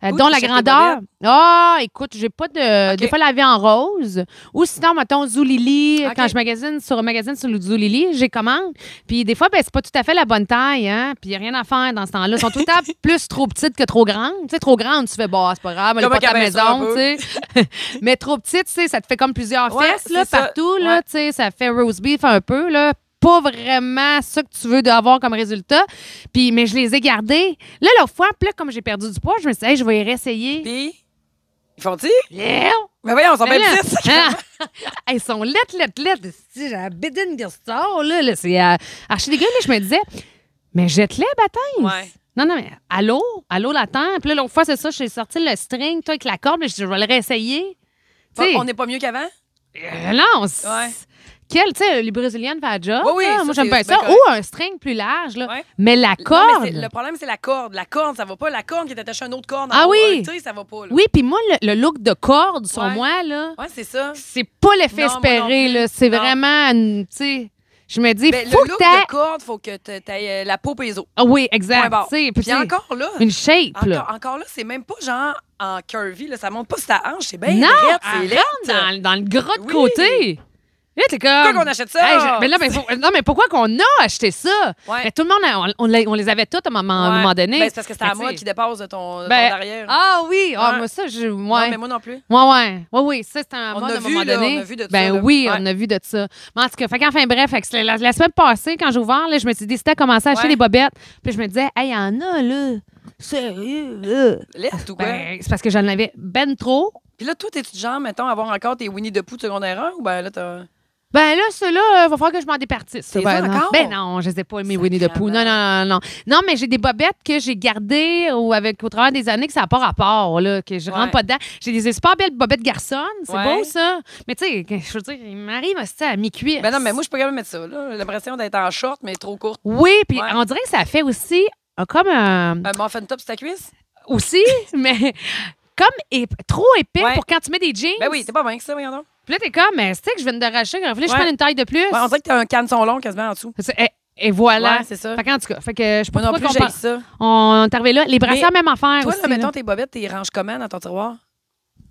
euh, Où dont la t'achètes tes grandeur. Ah, écoute, j'ai pas de. Des OK. fois, la vie en rose. Ou sinon, mettons, Zoulili. OK. Quand je magasine sur un magazine sur le Zoulili, j'ai commande. Puis des fois, ben, c'est pas tout à fait la bonne taille. Hein? Puis y a rien à faire dans ce temps-là. Ils sont tout le temps plus trop petites que trop grandes. Tu sais, trop grandes, tu fais, bah, c'est pas grave, mais Comme un à la cabesson, maison, un tu sais. mais trop petite, tu sais, ça te fait comme plusieurs Ouais, fesses, là, c'est ça. partout, là, Ouais. tu sais, ça fait roast beef un peu, là. Pas vraiment ça que tu veux avoir comme résultat. Puis, mais je les ai gardés. Là, l'autre fois, puis là, comme j'ai perdu du poids, je me suis dit, Hey, je vais y réessayer. Puis, ils font-ils? Léon! Ben voyons, on s'en Mais met là, 10. hein, Elles sont lettres, lettres, lettres. Si j'ai la bédine qui ressort, là, là, c'est euh, archi dégueu. Mais je me disais, mais jette-les, bâtins. Ouais. Non, non, mais allô? Allô, la tente? Puis là, l'autre fois, c'est ça, j'ai sorti le string, toi, avec la corde, mais je dis, je vais le réessayer. Tu sais, On n'est pas mieux qu'avant? euh, non, c'est- Ouais. quelle, tu sais, les Brésiliennes font la job. Oui, oui, là. ça, moi, c'est- j'aime bien c'est bien ça. correct. Ou un string plus large, là. Ouais. Mais la Non, mais corde. c'est- le problème, c'est la corde. La corde, ça va pas. La corde qui est attachée à un autre corde. en Ah haut, oui! un, Tu sais, ça va pas. Là. Oui, puis moi, le, le look de corde sur Ouais. moi, là, Ouais, c'est ça. c'est pas l'effet Non, moi non espéré, plus. là. C'est Non. vraiment, une- tu sais, je me dis, Ben, faut le que look t'aies- de corde, faut que tu aies la peau paiso. Ah oui, Point exact. barre. tu sais, puis Puis encore là, une shape, là. encore, encore là, c'est même pas genre en curvy. Là, ça monte pas sur ta hanche. C'est bien non, raide, elle c'est laid. rentre dans, dans le gras de Oui. côté. Là, t'es comme... Pourquoi qu'on achète ça? Hey, je- mais là, ben, mais faut- non, mais pourquoi qu'on a acheté ça? Ouais. Mais tout le monde, a- on, on l'a- on les avait toutes à un moment, à un Ouais. moment donné. Ben, c'est parce que c'est à Mais moi tu sais, qui dépasse de ton, de ton ben, arrière. Ah oui, ah, Ouais. moi ça, je... Non, Ouais. mais moi non plus. Ouais, ouais. Ouais, oui, ça, c'était un On mode a à un vu, moment là, donné. on a vu de ça, ben là. oui, Ouais. on a vu de ça. Mais en tout cas, fait qu'enfin, bref, fait que la, la semaine passée, quand j'ai ouvert, là, je me suis décidée à commencer à acheter Ouais. des bobettes. Puis je me disais, hey, il y en a, là. Sérieux, là. Laisse ou quoi? Ben, c'est parce que j'en avais ben trop. Puis là, toi, t'es-tu genre, mettons, avoir encore tes Winnie de Pooh de secondaire 1 ou ben là, t'as. Ben là, ceux-là, il va falloir que je m'en départisse. T'es ben, là non. encore? ben non, je les ai pas aimés, Winnie the Pooh. Non, non, Sacrément. non, non. Non, mais j'ai des bobettes que j'ai gardées ou avec, au travers des années que ça n'a pas rapport, là, que je Ouais. rentre pas dedans. J'ai des super belles bobettes garçonnes. C'est Ouais. beau, ça. Mais tu sais, je veux dire, il m'arrive aussi à mi-cuisse. Ben non, mais moi, je suis pas capable de mettre ça. là. J'ai l'impression d'être en short, mais trop courte. Oui, puis Ouais. on dirait que ça fait aussi euh, comme. euh, Un muffin top sur ta cuisse? aussi, mais comme ép- trop épais Ouais. pour quand tu mets des jeans. Ben oui, t'es pas bien que ça, voyons donc. Puis là, t'es comme, mais c'est que je viens de racheter, il faut que je Ouais. prenne une taille de plus. Ouais, on dirait que t'as un caneton long quasiment en dessous. C'est- Et, et voilà. Ouais, c'est ça. Ah, Fait qu'en tout cas, fait que je sais pas Moi non pourquoi plus, qu'on j'ai parle- ça. On est arrivé là. Les brassières, même affaire. Toi, Ah, aussi, là, mettons là. tes bobettes, t'es ranges comment dans ton tiroir?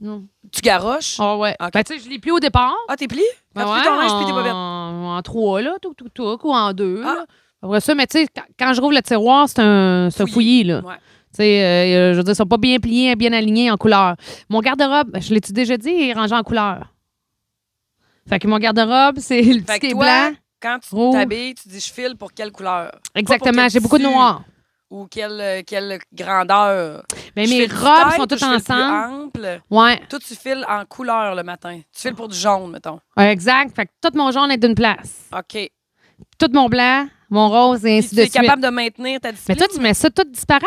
Non. Tu garoches? Ah ouais. Ok. Ben, tu sais, je l'ai plus au départ. Ah, t'es plié? Ben Quand tu plies ton linge, tu plies tes bobettes. en, en trois, là, tout, tout, tout, ou en deux. Ah. là. Après ça, mais tu sais, quand, quand je rouvre le tiroir, c'est un, c'est un Fouillis. fouillis, là. Ouais. Tu sais, euh, je veux dire, ils sont pas bien pliés, bien alignés en couleur. Mon garde-robe, je l'ai-tu déjà dit, il est rangé en couleur. Fait que mon garde-robe, c'est le petit Fait qui que est toi, blanc. Oh. quand tu rouge. t'habilles, tu dis je file pour quelle couleur? Pas pour Exactement, quel j'ai beaucoup de tissu noir. Ou quelle, euh, quelle grandeur? Mais Je Ben, mes file plus robes tight sont ou toutes je file plus ensemble. ample. Ouais, Toi, tu files en couleur le matin. Tu files pour du jaune, mettons. ouais, exact. Fait que tout mon jaune est d'une place. OK. Puis Tout mon blanc, mon rose et ainsi tu de es suite. capable de maintenir ta Mais discipline. toi, tu mets ça tout disparate?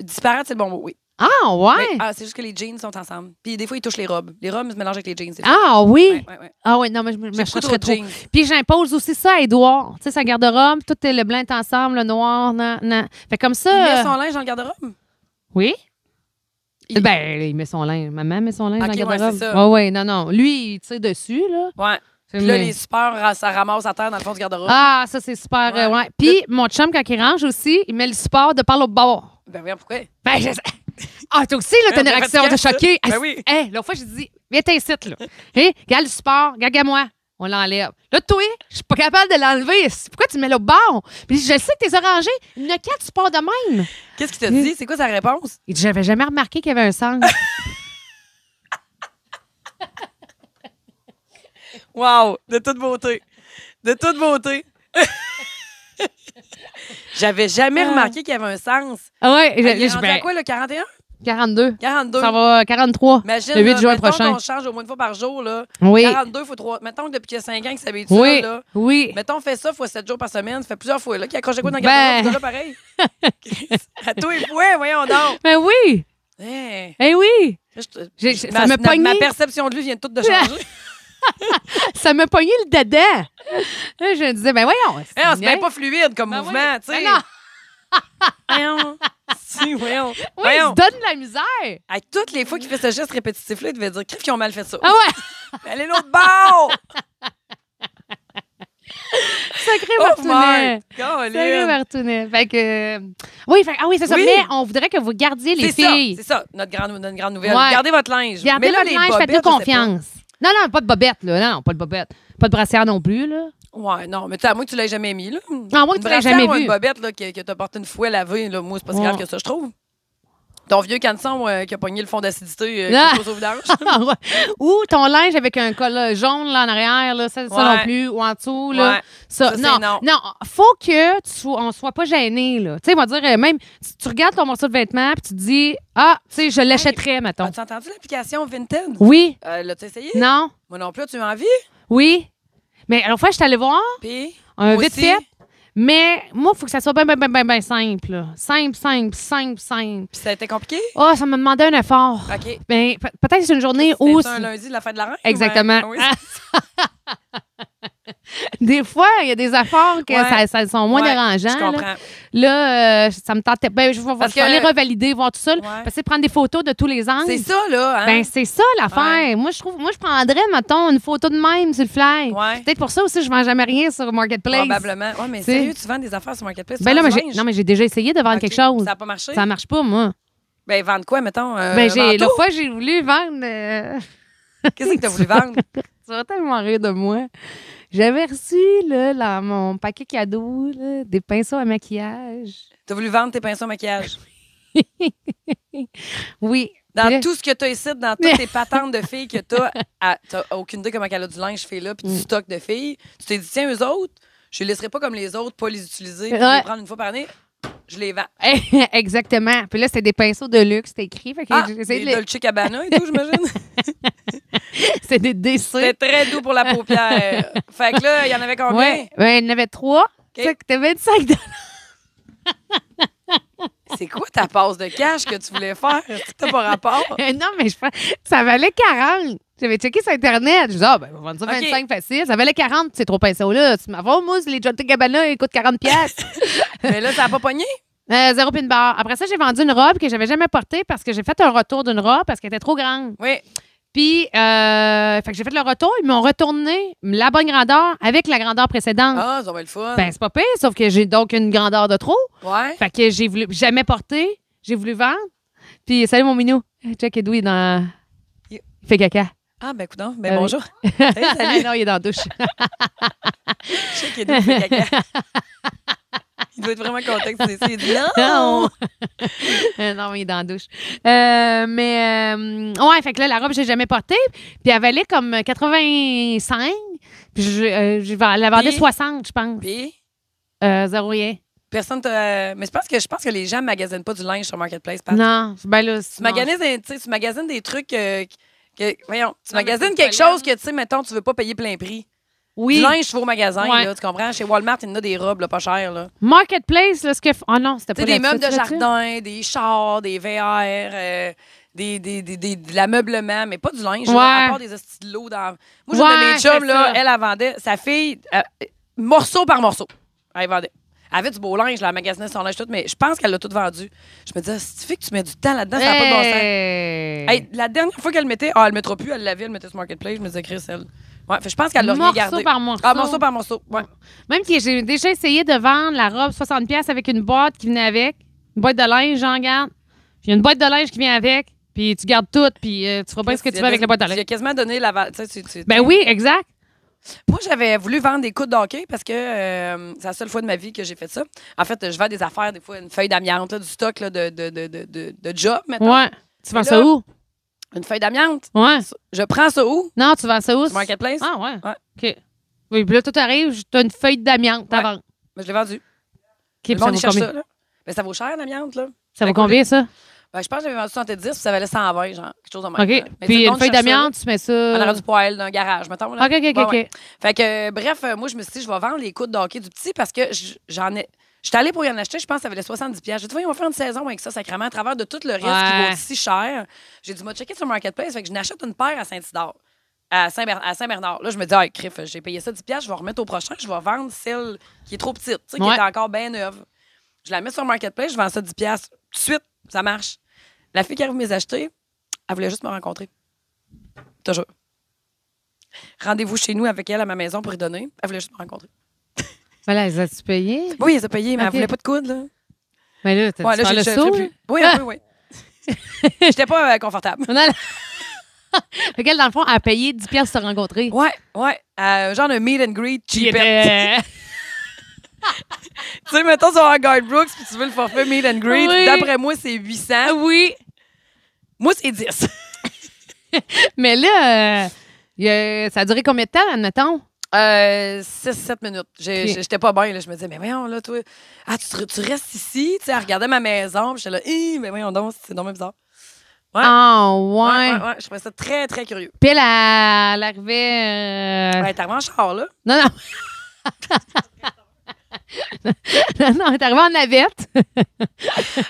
Disparate, c'est le bon mot, oui. Ah, ouais. Mais, ah, c'est juste que les jeans sont ensemble. Puis des fois, ils touchent les robes. Les robes se mélangent avec les jeans. c'est le Ah, oui. fait. Ouais, ouais, ouais. Ah, oui, non, mais je J'ai me je beaucoup serais trop de trop. jeans. Puis j'impose aussi ça à Édouard. Tu sais, sa garde-robe, tout est le blanc est ensemble, le noir, non, non. Fait comme Il met ça. euh, son linge dans le garde-robe? Oui? Il- Ben, il met son linge. Maman met son linge Ok, dans ouais, le garde-robe. c'est ça. ouais, ouais, non, non. Lui, il tire dessus, là. Ouais. Puis là, les super, ra- ça ramasse à terre dans le fond du garde-robe. Ah, ça, c'est super. euh, Ouais. Oh. Ouais. Puis mon chum, quand il range aussi, il met le support de par l'autre bord. Ben, regarde pourquoi. Ben, je sais. Ah, toi aussi, là, t'as Ouais, une on est réaction de fatigant, choqué. ça. Ben Ah, oui. Hey, l'autre fois, j'ai dit, viens t'incite, là. Hé, regarde le support, regarde à moi. On l'enlève. Là, toi, je suis pas capable de l'enlever. C'est- Pourquoi tu mets l'autre bord? Puis je le sais que t'es orangé. Il y en a quatre supports de même. Qu'est-ce qu'il t'a dit? C'est quoi sa réponse? Il dit, j'avais jamais remarqué qu'il y avait un sang. Wow! De toute beauté. De toute beauté. J'avais jamais Ah. remarqué qu'il y avait un sens. ah ouais, je, Il est je- rendu ben, à quoi, le 41? 42. 42. Ça va, 43. Imagine, le 8 là, juin mettons prochain. qu'on change au moins une fois par jour. Là. Oui. 42 fois 3. Mettons que depuis qu'il y a 5 ans qu'il s'habitue Oui. là. Oui. Mettons, fais ça fois 7 jours par semaine. Ça fait plusieurs fois là, qu'il accroche quoi dans le Ben. garde-robe. là pareil. à tous les fois, voyons donc. Ben oui. Hey, Eh oui. là, je te- J'ai- j'ai- ma, ça m'a ma- ma pogné. perception de lui vient toute de changer. Ça m'a pogné le dedans. Là, je me disais, ben voyons. Hey, on se bien. met Hein, pas fluide comme Ben oui. mouvement, tu sais. Ben non. Voyons. si, voyons. Oui, il voyons. se donne de la misère. À toutes les fois qu'il fait ce geste répétitif-là, il devait dire Crif, qu'ils ont mal fait ça. Ah ouais. Elle est l'autre bord! Sacré Oh, Martinet. Marc! Colin. Sacré Martinet. Fait que. euh, Oui, fait- ah oui, c'est ça. Oui. Mais on voudrait que vous gardiez les C'est ça, filles. c'est ça, notre grande, notre grande nouvelle. Ouais. Gardez votre linge. Gardez Mais là, leur les linge, faites-nous bobettes, je sais confiance. Non, non, pas de bobette, là. Non, non, pas de bobette. Pas de brassière non plus, là. pas. Ouais, non, mais tu sais, à moins que tu l'aies jamais mis, là. À moins que Une tu l'aies brassière jamais ou vu. une bobette, là, que, que t'as porté une fouet lavée, là, moi, c'est pas si Ouais. grave que ça, je trouve. Ton vieux canson euh, qui a pogné le fond d'acidité, euh, Ah. qui pose au vidange. Ah, ouais. Ou ton linge avec un col euh, jaune, là, en arrière, là. Ça, ça Ouais. non plus. Ou en dessous, là. Ouais. Ça, Ça, c'est non, non. non. faut que tu sois, on soit pas gêné, là. Tu sais, on va dire, euh, même, si tu regardes ton morceau de vêtement, puis tu te dis, ah, tu sais, je l'achèterais, mettons. As-tu entendu l'application Vinted? Oui. Euh, L'as-tu essayé? Non. Moi non plus, tu m'as envie? Oui. Mais alors, fois, je suis allée voir, Puis. euh, moi vite aussi. fait. Mais moi, il faut que ça soit bien, bien, bien, bien, bien simple. là. Simple, simple, simple, simple. Puis ça a été compliqué? Ah, ça me demandait un effort. OK. Ben, pe- peut-être c'est une journée où. C'était un lundi de la fête de la reine? euh, Exactement. Ah, Ouais. Oui. Des fois, il y a des affaires que Ouais. ça, ça sont moins Ouais, dérangeants. Je là. comprends. Là, euh, ça me tentait. Ben, je vais Parce je vais que- aller revalider, voir tout ça. là. Ouais. Parce que prendre des photos de tous les angles. C'est ça, là. Hein? Ben, c'est ça l'affaire. Moi, je trouve, moi, je prendrais, mettons, une photo de même sur le fly. Ouais. Peut-être pour ça aussi, je vends jamais rien sur Marketplace. Probablement. Ouais, mais Tu sais. sérieux, tu vends des affaires sur Marketplace? Ben tu là, vends mais du j'ai, linge? non, mais j'ai déjà essayé de vendre Ok. quelque chose. Ça n'a pas marché? Ça marche pas, moi. Ben, vendre quoi, mettons? euh, ben, j'ai, la manteau? fois, j'ai voulu vendre. euh, Qu'est-ce que tu as voulu vendre? tu vas tellement rire de moi. J'avais reçu, là, dans mon paquet cadeau, là, des pinceaux à maquillage. Tu as voulu vendre tes pinceaux à maquillage? Oui. Dans Puis- tout ce que tu as ici, dans toutes tes patentes de filles que tu as, tu aucune idée comment qu'elle a du linge fait là, Mm. puis du stock de filles. Tu t'es dit, tiens, eux autres, je les laisserai pas comme les autres, pas les utiliser, puis Ouais. les prendre une fois par année. Je les vends. Exactement. Puis là, c'était des pinceaux de luxe, c'était écrit. Fait que Ah, j'ai essayé les de les- Dolce Cabana et tout, j'imagine. c'était des dessins. C'était très doux pour la paupière. Fait que là, il y en avait combien? Ouais. Ben, il y en avait trois. OK. Ça coûtait 25 C'est quoi ta passe de cash que tu voulais faire? Est-ce que t'as pas rapport? Euh, non, mais je pense. Ça valait 40. J'avais checké sur Internet. Je disais, ah, ben, on va vendre ça OK. 25 facile. Ça valait 40, ces trois pinceaux-là. Tu m'as fait, mousse, les John Gabbana, ils coûtent 40 piastres. Mais là, ça n'a pas pogné? Euh, zéro pin bar. Après ça, j'ai vendu une robe que j'avais jamais portée parce que j'ai fait un retour d'une robe parce qu'elle était trop grande. Oui. Puis, euh, fait que j'ai fait le retour. Ils m'ont retourné la bonne grandeur avec la grandeur précédente. Ah, ça va être le fun. Ben, c'est pas pire, sauf que j'ai donc une grandeur de trop. ouais. Fait que j'ai voulu jamais porter, j'ai voulu vendre. Puis salut mon minou, check Edoui dans il fait caca. Ah, ben, coudon. Ben, Ah oui. bonjour. Hey, salut. non, il est dans la douche. Je sais qu'il est doux, il fait caca. Il doit être vraiment content que tu essayes. Il dit non. non, non, il est dans la douche. Euh, mais euh, ouais, fait que là la robe j'ai jamais portée, puis elle valait comme 85. Puis je, euh, je vais la vendais Puis? 60, je pense. Puis, Euh, zéro rien. personne t'a. euh, Mais je pense que je pense que les gens magasinent pas du linge sur Marketplace. Pat. Non, ben là, Ah. Tu non, magasines, des- tu sais, tu magasines des trucs. euh, que- voyons, tu Non, mais magasines c'est quelque collant. chose que, tu sais, mettons, tu veux pas payer plein prix. Du Oui. linge, tu vas au magasin, Ouais. là, tu comprends? Chez Walmart, il y en a des robes là, pas chères. Là. Marketplace, là, ce que. f- Oh non, c'était Tu pas sais, des là-dessus, meubles de tu l'as-tu? jardin, des chars, des VR, euh, des, des, des, des- de l'ameublement, mais pas du linge, là, Ouais. à part des hosties de l'eau dans. Moi, j'ai une de Ouais, mes chums, c'est là, ça. elle, elle vendait sa fille euh, euh, morceau par morceau. Elle vendait. Elle avait du beau linge, là, elle magasinait son linge tout, mais je pense qu'elle l'a tout vendu. Je me disais, si tu fais que tu mets du temps là-dedans, ça n'a pas de bon sens. Hey! Hey, la dernière fois qu'elle le mettait, ah, elle le mettra plus, elle l'avait, elle le mettait sur Marketplace, je me disais, Chris, elle. Ouais, fait, je pense qu'elle l'a rien Morceau gardé. par morceau. Ah, morceau par morceau. Ouais. Même que j'ai déjà essayé de vendre la robe 60$ piastres avec une boîte qui venait avec. Une boîte de linge, j'en garde. Il y a une boîte de linge qui vient avec, puis tu gardes tout, puis euh, tu feras pas ce que tu veux avec la boîte de J'ai linge. quasiment donné la valeur. Tu sais, tu- tu- Ben oui, exact. Moi, j'avais voulu vendre des coups de hockey parce que euh, c'est la seule fois de ma vie que j'ai fait ça. En fait, je vends des affaires, des fois, une feuille d'amiante, là, du stock là, de, de, de, de, de- de job, maintenant. Ouais. Tu vends là- ça où? Une feuille d'amiante. Ouais. Je prends ça où? Non, tu vends ça où? Sur Marketplace? Ah ouais. Ouais. OK. Oui, puis là, tout arrive, t'as une feuille d'amiante Ouais. avant. OK, Mais je l'ai vendu. puis Le ça monde, vaut il cherche combien? ça. Là. Mais ça vaut cher, l'amiante, là. Ça vaut Fait qu'on combien, ça? Ben, je pense que j'avais vendu 70, puis ça valait 120, genre, quelque chose en même OK. là. Mais tu sais, Puis Ben, le une monde feuille cherche ça, là. d'amiante, tu mets ça... On aurait du poêle dans le garage, mettons. là. Euh, OK, OK, Ouais, OK. ouais. OK. Fait que, euh, bref, euh, moi, je me suis dit, je vais vendre les coups de hockey du petit parce que j- j'en ai. J'étais allée pour y en acheter, je pense que ça valait 70$. J'ai dit, voyons, on va faire une saison avec ça, sacrément, à travers de tout le reste qui Ouais. vaut si cher. J'ai dit, moi, checker sur Marketplace, fait que je n'achète une paire à Saint-Isidore, à, Saint à Saint-Bernard. Là, je me dis, ah, crif, j'ai payé ça 10$, je vais remettre au prochain, je vais vendre celle qui est trop petite, tu sais, qui Ouais. est encore bien neuve. Je la mets sur Marketplace, je vends ça 10$. Tout de suite, ça marche. La fille qui arrive mes acheter, elle voulait juste me rencontrer. Toujours. Rendez-vous chez nous avec elle à ma maison pour y donner. Elle voulait juste me rencontrer. Voilà, les as-tu payé? Oui, elle s'est payée, mais elle Ok. voulait pas de coude, là. Mais là, t'as Ouais, tu là, faire j'ai- le j'ai- saut? j'ai plus- Oui, un peu, oui. J'étais pas euh, confortable. On a la- Fait qu'elle, dans le fond, a payé 10 pièces pour se rencontrer. Ouais, ouais. Euh, genre un meet and greet Puis euh, cheap. elle était- Tu sais, mettons sur Guard Brooks, puis tu veux le forfait meet and greet. Oui. Ah D'après moi, c'est 800. oui. Moi, c'est 10. Mais là, euh, il y a- ça a duré combien de temps, admettons? Euh, 6-7 minutes. J'ai- Ok. j'ai- J'étais pas bien. là. Je me disais, mais voyons, là, toi, ah, tu, te- tu restes ici. Tu sais, elle regardait ma maison. puis J'étais là, Hi, mais voyons donc, c'est dommage bizarre. Ouais. Ah, ouais. Ouais, ouais, ouais. Je trouvais ça très, très curieux. Puis elle, elle- elle arrivait. euh, Ouais, T'es arrivé en char, là. Non, non. non, non, elle est arrivée en navette. Elle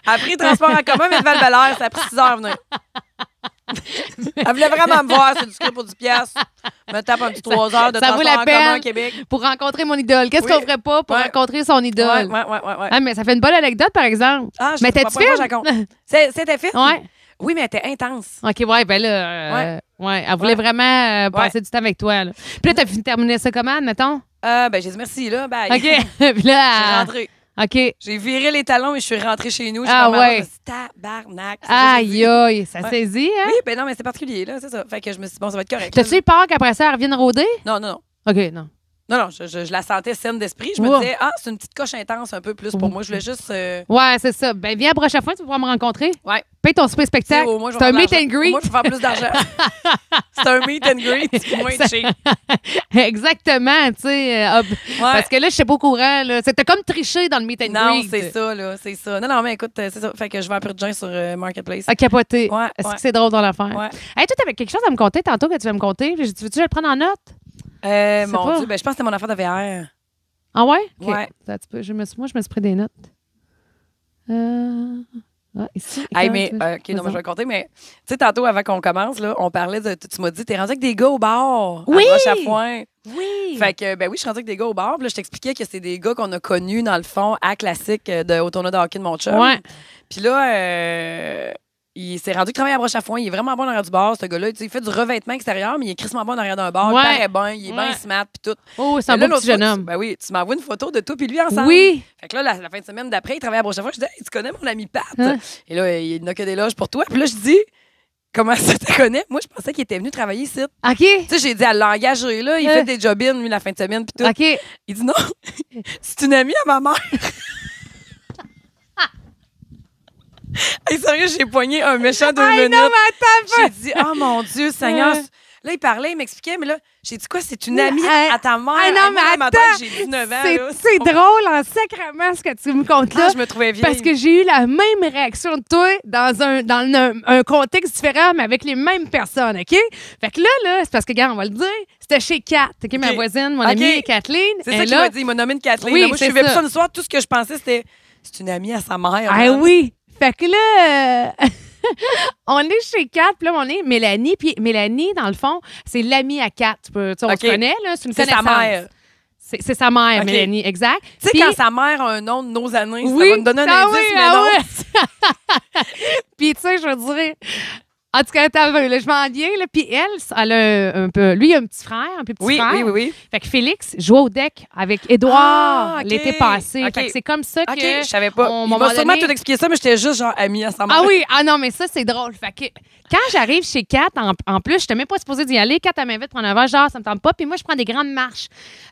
a pris le transport en commun, mais de val ça a pris 6 heures à venir. Elle voulait vraiment me voir, c'est du script pour 10 piastres. Me tape un petit 3 heures de ça vaut transport la en commun peine. au Québec. Pour rencontrer mon idole. Qu'est-ce Oui. qu'on ferait pas pour Ouais. rencontrer son idole? Ouais, ouais, ouais, ouais, ouais. Ah, mais ça fait une bonne anecdote, par exemple. Ah, je mais sais pas, t'es-tu pas, moi, fine? je raconte. C'est- C'était fait? Ouais. Oui, mais elle était intense. OK, ouais, ben là. euh, ouais. Elle voulait Ouais. vraiment euh, passer du temps avec toi. Là. Puis là, t'as fini de terminer ça comment, mettons? Euh, ben, j'ai dit merci, là. Bye. OK. Je Ah. suis Puis là. elle- rentrée. OK. J'ai viré les talons et je suis rentrée chez nous. J'ai dit Ah, à ma maman, ouais. je me suis dit, Tabarnak. C'est ça que j'ai dit. Aïe, aïe, ça Ouais. saisit, hein? Oui, ben non, mais c'est particulier, là, c'est ça. Fait que je me suis dit, bon, ça va être correct. T'as-tu eu peur qu'après ça, elle revienne rôder? Non, non, non. OK, non. Non, non, je, je- je la sentais saine d'esprit. Je me Wow. disais, ah, c'est une petite coche intense un peu plus pour Ouh. moi. Je voulais juste. euh, Ouais, c'est ça. Ben, viens la prochaine fois, tu vas pouvoir me rencontrer. Ouais. Paye ton super tu sais, spectacle. au moins, je vais C'est un faire de meet l'argent. and greet. Au moins, je vais faire plus d'argent. c'est un meet and greet. Moins Ça- cheap. Exactement, tu sais. euh, hop. Parce que là, je sais pas au courant. là. C'est- T'as comme triché dans le meet and Non, greet. c'est ça, là. C'est ça. Non, non, mais écoute, euh, c'est ça. Fait que je vais un peu de gens sur euh, Marketplace. À capoter. Ouais, Est-ce ouais. que c'est drôle dans l'affaire? Ouais. Hey, toi, t'avais quelque chose à me conter tantôt que tu vas me conter. Puis J'ai dit, veux-tu que je le prendre en note? Euh, sais mon pas. Dieu, ben, je pense que c'était mon affaire de VR. Ah ouais? Ok. Ouais. Attends un petit peu, je me suis, moi, je me suis pris des notes. Euh... Ah, ici. Hey, mais, Attends, euh, OK, non, mais je vais vas-y. le compter, mais, tu sais, tantôt, avant qu'on commence, là, on parlait de. Tu m'as dit, t'es rendu avec des gars au bar. Oui! À Roche-à-Point. Oui! Fait que, ben oui, je suis rendue avec des gars au bar. Puis là, je t'expliquais que c'est des gars qu'on a connus, dans le fond, à classique euh, de, au tournoi de hockey de mon chum. Ouais. Puis là, euh, il s'est rendu travailler à broche à foin. Il est vraiment bon en arrière du bar, ce gars-là. Tu sais, Il fait du revêtement extérieur, mais il est crissement bon en arrière d'un bar. Ouais. Il paraît bon, il est Ouais. bien smart, puis tout. Oh, c'est un Mais là, beau petit l'autre fois, jeune tu- homme. Ben oui, tu m'envoies une photo de toi puis lui ensemble. Oui! Fait que là, la, la fin de semaine d'après, il travaille à broche à foin. Je dis, Hey, tu connais mon ami Pat? Hein? Et là, il n'a que des loges pour toi. Puis là, je dis, comment ça tu connais? Moi, je pensais qu'il était venu travailler ici. OK. Tu sais, j'ai dit à l'engager, là. Il Hein? fait des job-ins, lui, la fin de semaine, puis tout. OK. Il dit non, c'est une amie à ma mère. hey, sérieux, j'ai poigné un méchant deux Hey, minutes. non, mais attends, j'ai dit, oh mon Dieu, Seigneur. Ouais. Là, il parlait, il m'expliquait, mais là, j'ai dit quoi, c'est une Ouais, amie hey, à ta mère. hey, ah, non, Ah, Hey, moi, mais dans ma tête, attends, J'ai 19 ans. c'est- là. c'est drôle en sacrement ce que tu me contes Ah, là. je me trouvais vieille. Parce que j'ai eu la même réaction de toi dans un, dans un, un contexte différent, mais avec les mêmes personnes, OK? Fait que là, là c'est parce que, regarde, on va le dire, c'était chez Kat, OK? Ma OK. voisine, mon OK. amie Kathleen. c'est elle ça qu'il là- m'a dit. Il m'a nommé une Kathleen. Oui, Là, moi, je c'est suivais ça. plus ça le soir. Tout ce que je pensais, c'était c'est une amie à sa mère. Ah là. oui! Fait que là, euh, on est chez Kat, puis là, on est Mélanie. Puis Mélanie, dans le fond, c'est l'amie à Kat. Tu peux- tu sais, On OK. se connaît, là, c'est une C'est sa connaissance. mère. C'est c'est sa mère, OK. Mélanie, exact. Tu sais, Puis- quand sa mère a un nom de nos années, ça va nous donner un ah indice, oui, mais ah non. oui. puis tu sais, je veux dire. En tout cas, t'as vu, là, je m'en viens. Là, puis elle, elle a un, un peu. Lui, il a un petit frère, un plus petit Oui, frère. oui, oui, oui. Fait que Félix jouait au deck avec Ah, Édouard OK. l'été passé. OK. Fait que c'est comme ça que. OK, je savais pas. on- Il moment m'a sûrement donné- tout expliqué ça, mais j'étais juste genre amie à sa mère. Ah oui, ah non, mais ça, c'est drôle. Fait que quand j'arrive chez Kat, en, en plus, je te même pas supposée d'y aller. Kat, elle m'invite prendre un verre, genre, ça me tente pas. Puis moi, je prends des grandes marches.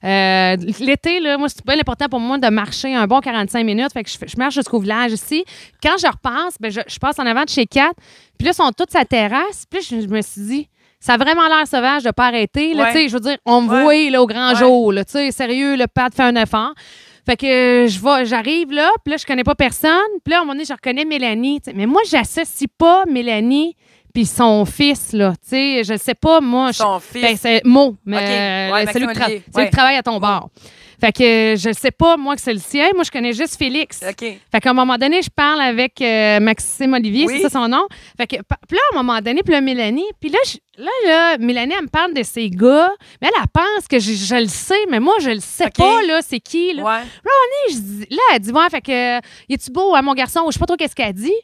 Euh, L'été, là, moi, c'est bien important pour moi de marcher un bon 45 minutes. Fait que je, fais- je marche jusqu'au village ici. Quand je repense, ben, je, je passe en avant de chez Kat. Puis là, ils sont toutes sa terrasse. Puis là, je, je me suis dit, ça a vraiment l'air sauvage de pas arrêter. Là, Ouais. tu sais, je veux dire, on me Ouais. voit là, au grand Ouais. jour. Là, tu sais, sérieux, le pad fait un effort. Fait que euh, je vais, j'arrive là, puis là, je connais pas personne. Puis là, à un moment donné, je reconnais Mélanie. tu sais. Mais moi, j'associe pas Mélanie puis son fils, là. Tu sais, je sais pas, moi. je- Son fils. Ben, c'est Mo, mais Ok. Ouais, euh, Maxime celui, qui tra- Olivier. celui Ouais. qui travaille à ton bar. Fait que euh, je sais pas, moi, que c'est le sien. Moi, je connais juste Félix. OK. Fait qu'à un moment donné, je parle avec euh, Maxime Olivier, Oui. c'est ça son nom. Fait que, pa- puis là, à un moment donné, puis là, Mélanie, puis là, je- là, là, Mélanie, elle me parle de ses gars, mais elle, elle pense que je, je le sais, mais moi, je le sais OK. pas, là, c'est qui, là. Ouais. Puis je dis- là, elle dit, ouais, fait que, il tu beau à mon garçon? Ou Je sais pas trop qu'est-ce qu'elle dit.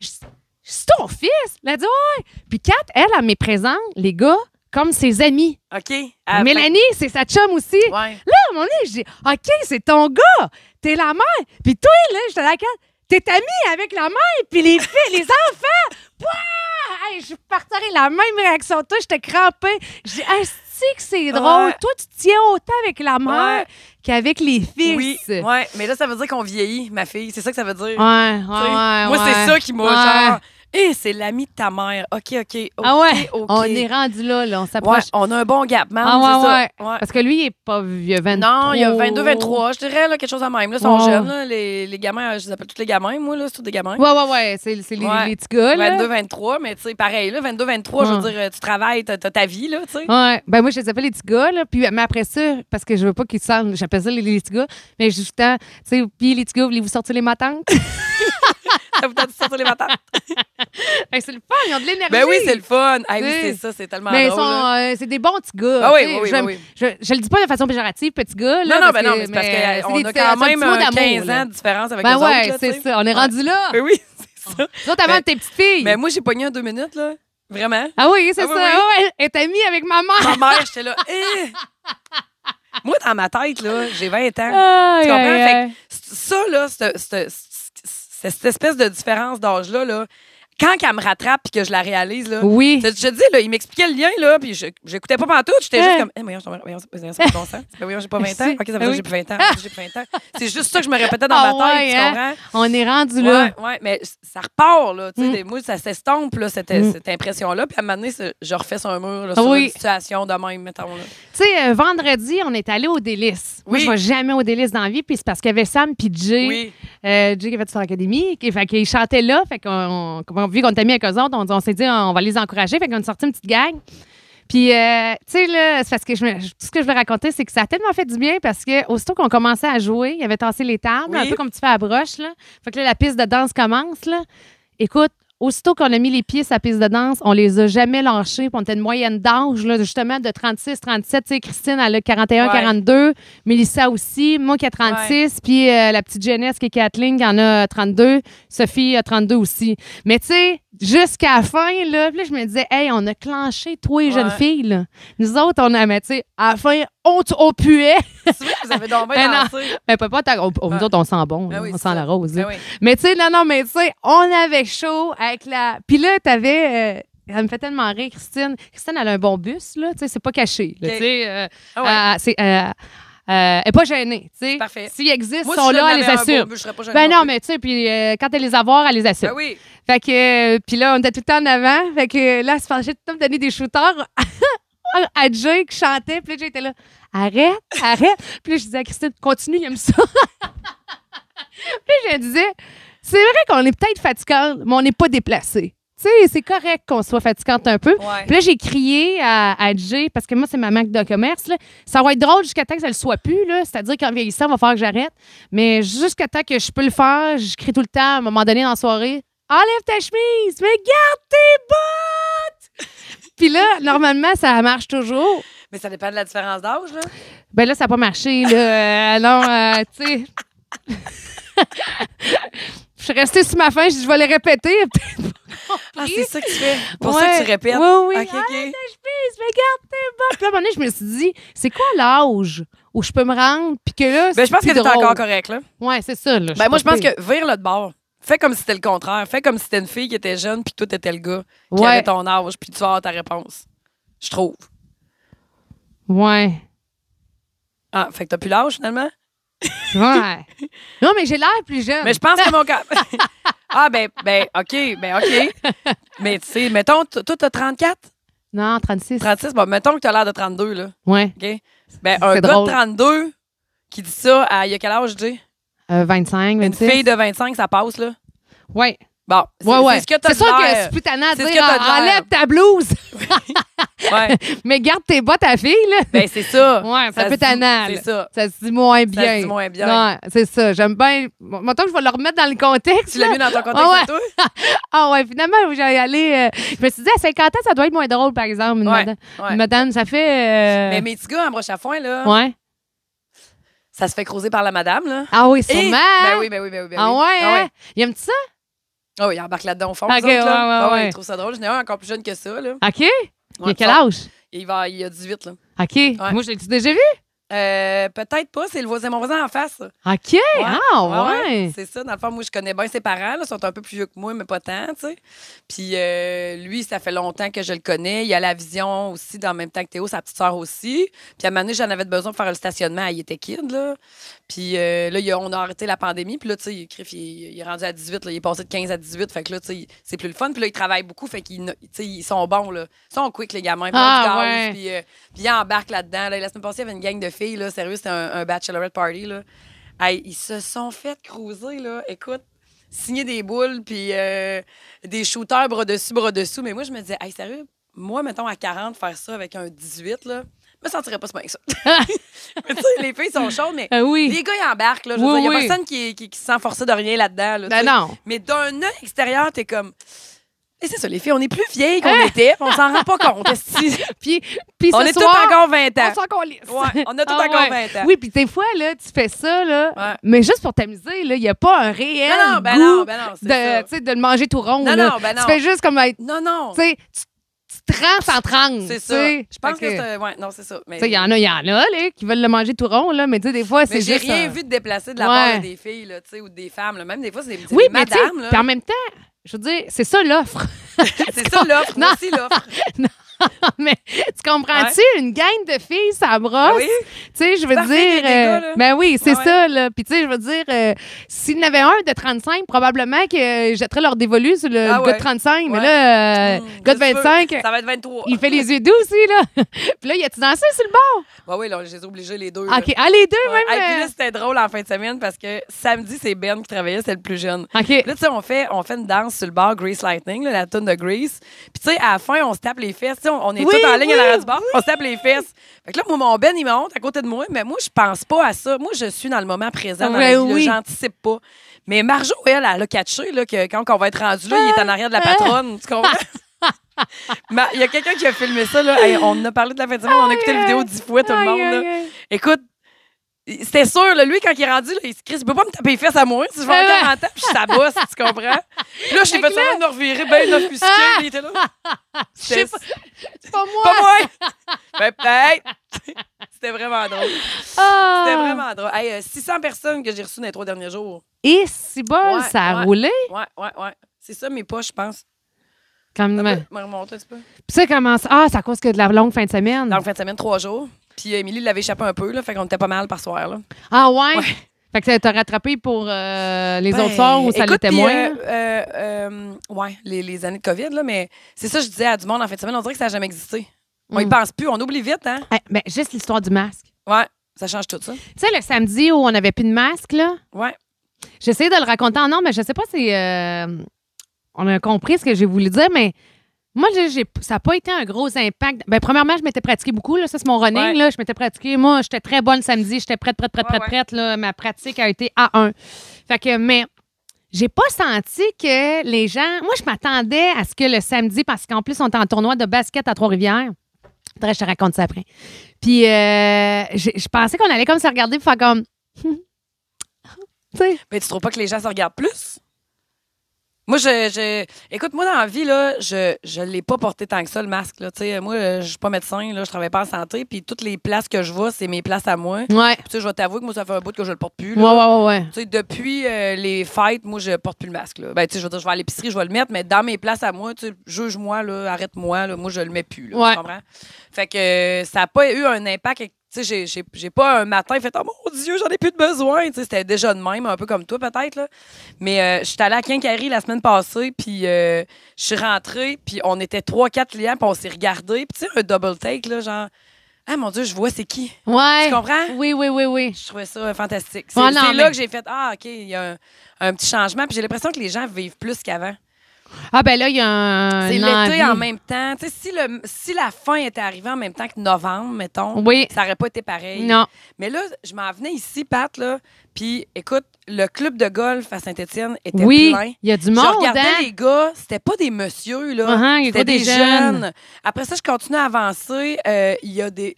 Je dis, C'est ton fils? Elle a dit, ouais. Puis Kat, elle, elle me présente les gars comme ses amis. OK. Ah, Mélanie, c'est sa chum aussi. Oh, fait- Ouais. Là, à un moment donné, je dis, OK, c'est ton gars. T'es la mère. Puis toi, là, je te la Kat, T'es amie avec la mère, puis les filles, les enfants. Pouah! Hey, je partirais la même réaction que toi. J'étais crampée. Je dis, ah, c'est que c'est drôle. Ouais. Toi, tu te tiens autant avec la mère Ouais. qu'avec les fils. Oui. Ouais. Mais là, ça veut dire qu'on vieillit, ma fille. C'est ça que ça veut dire. Ouais, ouais, Tu sais, ouais, Moi, ouais. c'est ça qui m'a Ouais. genre. Eh, c'est l'ami de ta mère. OK, OK. OK, Ah ouais, OK. on est rendu là, là, on Ouais, s'approche. on a un bon gap, man. Ah, ouais, c'est ça. Ouais. Parce que lui, il est pas vieux, 23. Non, il y a 22, 23, je dirais, là, quelque chose à même. Là, ils sont Ouais. jeunes, là, les, les gamins, euh, je les appelle tous les gamins, moi, là, c'est tous des gamins. Ouais, ouais, ouais, c'est c'est les, Ouais. les petits gars, là. 22, 23, mais tu sais, pareil, là, 22, 23, je veux Ouais. dire, euh, tu travailles, t'as t'as ta vie, là, tu sais. Ouais, ben moi, je les appelle les petits gars, là. Puis, mais après ça, parce que je veux pas qu'ils sentent, j'appelle ça les, les petits gars, mais je dis tout le temps, tu sais, puis les petits gars, voulez-vous sortir les matantes? Ça vous a dit sortir les patates. Fait que c'est le fun, ils ont de l'énergie. Ben oui, c'est le fun. Ah oui, Oui. c'est ça, c'est tellement Mais ils drôle. sont, là. euh, c'est des bons petits gars. Ah oui, tu sais. oui, oui, je, oui, oui. je- je le dis pas de façon péjorative, petit gars. Non, euh, Là, non, parce ben non, que- mais c'est parce mais, euh, qu'on c'est a des petits- quand c'est un petit même mot euh, d'amour, 15 là. ans de différence avec Ben eux autres. ouais, là, c'est tu sais. ça. On est rendu là. Ben oui, c'est ça. Nous autres, avant, Mais- t'es petite fille. Mais moi, j'ai pogné un deux minutes, là. Vraiment. Ah oui, c'est Ah ça. oui, oui. Ah ouais, elle est amie avec ma mère. Ma mère, j'étais là. Eh! Moi, dans ma tête, là, j'ai 20 ans. Aïe, Tu comprends? aïe, Fait que aïe. c- ça, là, c'est- c'est- c'est- cette espèce de différence d'âge-là, là, quand qu'elle me rattrape et que euh, je la réalise, là, Oui. je te dis, là, il m'expliquait le lien, là, puis je- j'écoutais pas pantoute. J'étais Ouais. juste comme, eh, voyons, je t'en- voyons, c'est- voyons, c'est pas de bon sens. Ben, voyons, j'ai pas 20 ans. Merci. OK, ça veut Ben dire que oui. j'ai plus 20 ans. Ok, J'ai plus 20 ans. C'est juste ça que je me répétais dans Ah ma tête, ouais, tu hein? comprends? On est rendu là. Ouais, ouais, mais c- ça repart, là. Tu sais, Mm. des- Moi, ça s'estompe, là, cette, Mm. cette impression-là. Puis à un moment donné, c'est- je refais sur un mur, là, Ah sur oui. une situation de même, mettons. Là. Tu sais, euh, vendredi, on est allé au délice. Moi, Oui. je vais jamais au délice dans la vie, puis c'est parce qu'il y avait Sam puis Jay. Oui. Euh, Jay qui avait fait son académie, qui, fait qu'il chantait là. Fait qu'on, on- comme on- vu qu'on était mis avec eux autres, on, on s'est dit, on va les encourager. Fait qu'on a sorti une petite gang. Puis, euh, tu sais, là, c'est parce que je me- tout ce que je voulais raconter, c'est que ça a tellement fait du bien parce que aussitôt qu'on commençait à jouer, il avait tassé les tables, Oui. un peu comme tu fais à la broche, là. Fait que là, la piste de danse commence, là. Écoute, aussitôt qu'on a mis les pieds sur la piste de danse, on les a jamais lâchés. Puis on était une moyenne d'âge, là, justement, de 36, 37. Tu sais, Christine, elle a 41, Ouais. 42. Mélissa aussi. Moi qui a 36. Puis euh, la petite jeunesse qui est Kathleen, qui en a 32. Sophie a 32 aussi. Mais tu sais, jusqu'à la fin, là, puis là, je me disais, hey, on a clenché, toi et Ouais. jeunes filles, là. Nous autres, on a, mais tu sais, à la fin, on, t- on puait. C'est vrai que vous avez donc bien Ben non. dansé. Mais pas, pas tant- on, on- nous Ouais. autres, on sent bon. Ben là. oui, on c'est sent la ça. rose, là. Ben oui. Mais tu sais, non, non, mais tu sais, on avait chaud avec la. Puis là, t'avais. euh, Elle me fait tellement rire, Christine. Christine, elle a un bon bus, là. Tu sais, c'est pas caché. là, Ok. Tu sais, euh, Ah ouais. elle- c'est, euh, euh, elle est pas gênée, tu sais. Parfait. S'ils existent, Moi, sont si je là, l'avais elle les un beau assume. but, je serais pas gênée Ben non, plus. mais tu sais, puis euh, quand elle les a voir, elle les assume. Ben oui. Fait que, euh, puis là, on était tout le temps en avant. Fait que euh, là, c'est fâché de tout me donner des shooters à Jay qui chantait. Puis là, Jay était là, arrête, arrête. Puis là, je disais à Christine, continue, il aime ça. puis je disais, c'est vrai qu'on est peut-être fatigante, mais on n'est pas déplacé. Tu sais, c'est correct qu'on soit fatigante un peu. Ouais. Puis là, j'ai crié à, à Jay, parce que moi, c'est ma marque de commerce. là. Ça va être drôle jusqu'à temps que ça le soit plus. là. C'est-à-dire qu'en vieillissant, il va falloir que j'arrête. Mais jusqu'à temps que je peux le faire, je crie tout le temps, à un moment donné, dans la soirée, « Enlève ta chemise! Mais garde tes bottes! » Puis là, normalement, ça marche toujours. Mais ça dépend de la différence d'âge, là. Ben là, ça n'a pas marché. Là. Euh, non, euh, tu sais... Je suis restée sur ma fin, je dis, je vais le répéter. Ah, c'est ça que tu fais. Pour ça que Ouais. tu répètes. Oui, Ah, oui. OK, OK. Please, mais garde tes bottes. Puis là, à un moment donné, je me suis dit, c'est quoi l'âge où je peux me rendre? Puis que là, Ben, je pense c'est que plus t'es drôle. encore correct, là. Ouais, c'est ça, là. Ben, moi, je suis pas pense pire. que vire le de bord. Fais comme si c'était le contraire. Fais comme si c'était une fille qui était jeune puis que toi, t'étais le gars qui Ouais. avait ton âge puis tu vas avoir ta réponse. Je trouve. Ouais. Ah, fait que t'as plus l'âge, finalement? Ouais. non, mais j'ai l'air plus jeune. Mais je pense que mon cas. ah, ben, ben, OK, ben, OK. Mais, tu sais, mettons, t- toi, t'as 34, Non, 36. 36. Bon, mettons que t'as l'air de 32, là. Ouais. OK? Ben, C'est un gars drôle. de 32 qui dit ça à. Il y a quel âge, Jay? Euh, 25, Une 26. fille de 25, ça passe, là. Ouais. Bon, c'est Ouais, ouais. c'est ce que t'as de sûr que l'air. c'est plus tannant à C'est dire ce que t'as de ah, l'air. enlève ta blouse, Ouais. mais garde tes bottes à fille, là. Ben, c'est ça. Ouais, c'est un Ça peu se dit, tannant, là. C'est ça. Ça se dit moins bien. dit moins bien. Ouais, c'est ça. J'aime bien. Bon, Mettons que je vais le remettre dans le contexte. Tu l'as là. mis dans ton contexte Ah ouais. à toi? Ah ouais, finalement, j'allais aller. euh, je me suis dit, à 50 ans, ça doit être moins drôle, par exemple. Une, Ouais, madame, ouais. une madame, ça fait. euh, Mais hein? mes petits gars en broche à foin, là, ouais. ça se fait creuser par la madame, là. Ah oui, Et- sûrement. Ben oui, ben oui, ben oui. ben ah oui. ouais, Ah ouais. hein? Il aime-tu ça? Ah oui, il embarque là-dedans au fond. Ok, eux autres, là. ouais, ouais, Ah ouais. Il trouve ça drôle. J'en ai un encore plus jeune que ça, là. OK. il a Ouais, quel fort. âge? Il, va, il a 18, là. OK. Moi, je l'ai déjà vu. Euh, Peut-être pas, c'est le voisin, mon voisin en face. ça. OK. Ouais, Ah ouais. C'est ça. Dans le fond, moi, je connais bien ses parents. là. Ils sont un peu plus vieux que moi, mais pas tant, tu sais. Puis euh, lui, ça fait longtemps que je le connais. Il a la vision aussi, dans le même temps que Théo, sa petite sœur aussi. Puis à un moment donné, j'en avais besoin pour faire le stationnement. Il était kid, là. Puis euh, là, il a- on a arrêté la pandémie. Puis là, tu sais, il, crif, il- il est rendu à 18. Là, il est passé de 15 à 18. Fait que là, tu sais, c'est plus le fun. Puis là, il travaille beaucoup. Fait qu'ils tu sais, ils sont bons, là. Ils sont quick, les gamins. Ils Ah, prennent du gaz, ouais. Puis, euh, puis ils embarquent là-dedans. Là, la semaine passée, il y avait une gang de filles, là. Sérieux, c'était un, un bachelorette party, là. Hey, ils se sont fait cruiser, là. Écoute, signer des boules, puis euh, des shooters bras dessus, bras dessous. Mais moi, je me disais, hey, sérieux, moi, mettons, à 40, faire ça avec un 18, là, me sentirais pas si bien que ça. mais tu sais, les filles sont chaudes, mais Euh, oui. les gars, ils embarquent. là. Je veux Oui, dire, Il n'y a oui. personne qui, qui, qui se sent forcé de rien là-dedans. là, tu Ben sais. non. Mais d'un œil extérieur, t'es comme. Et c'est ça, les filles, on est plus vieilles qu'on était, puis on s'en rend pas compte. esti. Puis, puis Hein? ce on est soir, tous encore 20 ans. on s'en calisse. Ouais, on a tout Ah encore ouais. 20 ans. Oui, puis des fois, là, tu fais ça, là, Ouais. mais juste pour t'amuser, là, il n'y a pas un réel Non, non, ben goût non, ben non, c'est de, ça. tu sais, de le manger tout rond. Non, là. non, ben non. Tu fais juste comme être, Non, non. tu sais, tu, tu te rends sans te rendre, C'est tu ça. sais. Je pense Fait que c'est. Ouais, non, c'est ça. Mais, Tu sais, il y en a, il y en a, là, qui veulent le manger tout rond, là, mais tu sais, des fois, mais c'est j'ai juste... rien un- vu de déplacer de la Ouais. part de des filles là, tu sais, ou des femmes. là. Même des fois, c'est des, c'est Oui, des mais tu sais, madames. là. puis en même temps, je veux dire, c'est ça l'offre. C'est ça l'offre. Non. Moi aussi, l'offre. mais tu comprends-tu, une gang de filles, ça brosse. Ah oui? Tu sais, je veux Ça fait des dire. dégâts, euh, là. ben oui, c'est Ouais, ouais. ça, là. Puis, tu sais, je veux dire, euh, s'il y en avait un de 35, probablement que euh, jetterais leur dévolu sur le Ah gars ouais. de 35. Mais Ouais. là, euh, Hum, gars de ça se peut. 25, Ça va être 23. il fait les yeux doux aussi, là. Puis là, il a-tu dansé sur le bord? Ah, Ouais, oui, là, je les ai obligés, les deux. là. Ah, OK. Ah, les deux, Euh, Ouais. Et puis même. là, c'était drôle en fin de semaine parce que samedi, c'est Ben qui travaillait, c'était le plus jeune. euh, OK. Là, tu sais, on fait, on fait une danse sur le bar Grease Lightning, là, la tune de Grease. Puis, tu sais, à la fin, on se tape les fesses. Tu sais, On, on est Oui, tous en ligne à oui, la radio du bar, on se tape les fesses. Fait que là, moi, mon Ben, il monte à côté de moi, mais moi, je pense pas à ça. Moi, je suis dans le moment présent. Dans Ouais, la vie, là. oui. J'anticipe pas. Mais Marjo, elle, elle a catché là, que quand on va être rendu là, il est en arrière de la Hein? patronne. Tu comprends? Ma- Il y a quelqu'un qui a filmé ça. Là. Hey, on en a parlé de la fin de semaine, on a écouté la vidéo dix fois, tout le Aïe, monde. là. aïe, aïe. Écoute, c'était sûr, là, lui, quand il est rendu, là, il se crie, je peux pas me taper les fesses à moi, si je vais Ah Ouais, ouais. avoir 40 ans, puis je sabosse, tu comprends? Puis là, je Fait t'ai que fait semblant de me revirer, ben offusqué, Ah! il était là. Je sais C'était pas. C'est pas moi. pas moi! ben, peut-être! c'était vraiment drôle. Ah. C'était vraiment drôle. Hey, euh, 600 personnes que j'ai reçues dans les trois derniers jours. Et si bon, Ouais, ça a ouais. roulé. Ouais, ouais, ouais. C'est ça, mes poches, je pense. Comme, Ça Puis peut me remonter un petit peu. ça commence. Ah, c'est à cause que de la longue fin de semaine. Dans la fin de semaine, trois jours. Puis euh, Émilie l'avait échappé un peu, là, fait qu'on était pas mal par soir, là. Ah ouais? Ouais. Fait que ça t'a rattrapé pour euh, les Ben, autres soirs où ça écoute, l'était puis, moins. euh, là? euh, euh, ouais, les, les années de COVID, là, mais c'est ça, je disais à du monde en fin de semaine, on dirait que ça n'a jamais existé. On y Mm. pense plus, on oublie vite, hein? Eh, ben, juste l'histoire du masque. Ouais, ça change tout ça. Tu sais, le samedi où on n'avait plus de masque, là, Ouais. j'essayais de le raconter en nom, mais je sais pas si euh, on a compris ce que j'ai voulu dire, mais moi, j'ai- j'ai- ça n'a pas été un gros impact. Ben, premièrement, je m'étais pratiquée beaucoup. Là, ça, c'est mon running. Ouais. Là, je m'étais pratiquée. Moi, j'étais très bonne samedi. J'étais prête, prête, prête, Ouais, prête, prête. Là, ma pratique a été A1. Fait que, mais j'ai pas senti que les gens. Moi, je m'attendais à ce que le samedi, parce qu'en plus, on est en tournoi de basket à Trois-Rivières. Faudrait que Je te raconte ça après. Puis, euh, j'ai- je pensais qu'on allait comme se regarder pour faire comme. Hum. Tu sais. Mais tu trouves pas que les gens se regardent plus? Moi, je, je- Écoute, moi, dans la vie, là, je ne l'ai pas porté tant que ça, le masque. Là. Tu sais, Moi, euh, je suis pas médecin, là, je travaille pas en santé, puis toutes les places que je vois, c'est mes places à moi. Puis, Ouais. tu sais, je vais t'avouer que moi, ça fait un bout que je le porte plus. Ouais, là. ouais, ouais, ouais. Tu sais, depuis euh, les fêtes, moi, je porte plus le masque. Là. Ben, tu sais, je veux dire, je vais à l'épicerie, je vais le mettre, mais dans mes places à moi, tu sais, juge-moi, là, arrête-moi, là, moi, je le mets plus. Là, Ouais. Tu comprends? Fait que euh, ça n'a pas eu un impact. Tu sais, j'ai- j'ai- j'ai pas un matin fait, oh mon Dieu, j'en ai plus de besoin. Tu sais, c'était déjà de même, un peu comme toi, peut-être. là. Mais euh, je suis allée à Quincarie la semaine passée, puis euh, je suis rentrée, puis on était trois, quatre clients, puis on s'est regardés. Puis tu sais, un double take, là, genre, ah mon Dieu, je vois c'est qui. Ouais. Tu comprends? Oui, oui, oui, oui. Je trouvais ça euh, fantastique. C'est Ouais, non, c'est là mais- que j'ai fait Ah, OK, il y a un, un petit changement. Puis j'ai l'impression que les gens vivent plus qu'avant. Ah, ben là, il y a un. c'est un l'été envie. en même temps. Tu sais, si, le, si la fin était arrivée en même temps que novembre, mettons, Oui. ça n'aurait pas été pareil. Non. Mais là, je m'en venais ici, Pat, là. Puis écoute, le club de golf à Saint-Étienne était Oui. plein. Il y a du Je monde, regardais hein? les gars, c'était pas des messieurs, là. Uh-huh, il y a c'était des des, jeunes. jeunes. Après ça, je continue à avancer. Euh, Il y a des.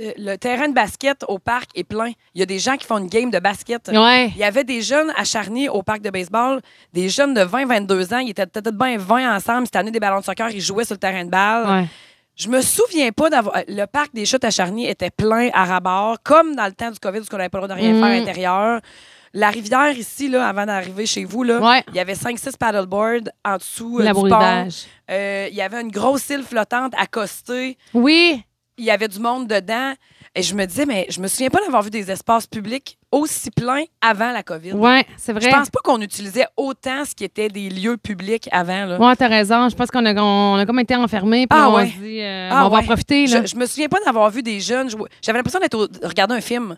euh, Le terrain de basket au parc est plein. Il y a des gens qui font une game de basket. Ouais. Il y avait des jeunes acharnés au parc de baseball, des jeunes de 20-22 ans. Ils étaient peut-être bien 20 ensemble. Cette année, des ballons de soccer, ils jouaient sur le terrain de balle. Ouais. Je me souviens pas d'avoir. euh, Le parc des chutes acharnées était plein à rabord, comme dans le temps du COVID, parce qu'on n'avait pas le droit de rien Mm. faire à l'intérieur. La rivière ici, là, avant d'arriver chez vous, là, Ouais. il y avait 5-6 paddleboards en dessous euh, La du pont. brouillage. Euh, Il y avait une grosse île flottante accostée. Oui. Il y avait du monde dedans. Et je me disais, mais je me souviens pas d'avoir vu des espaces publics aussi pleins avant la COVID. Ouais, c'est vrai. Je pense pas qu'on utilisait autant ce qui était des lieux publics avant. Là. Ouais, t'as raison. Je pense qu'on a, on a comme été enfermés. Puis Ah on ouais. se dit, euh, Ah on va en ouais. profiter. Là. Je, je me souviens pas d'avoir vu des jeunes jouer. J'avais l'impression d'être au- de regarder un film.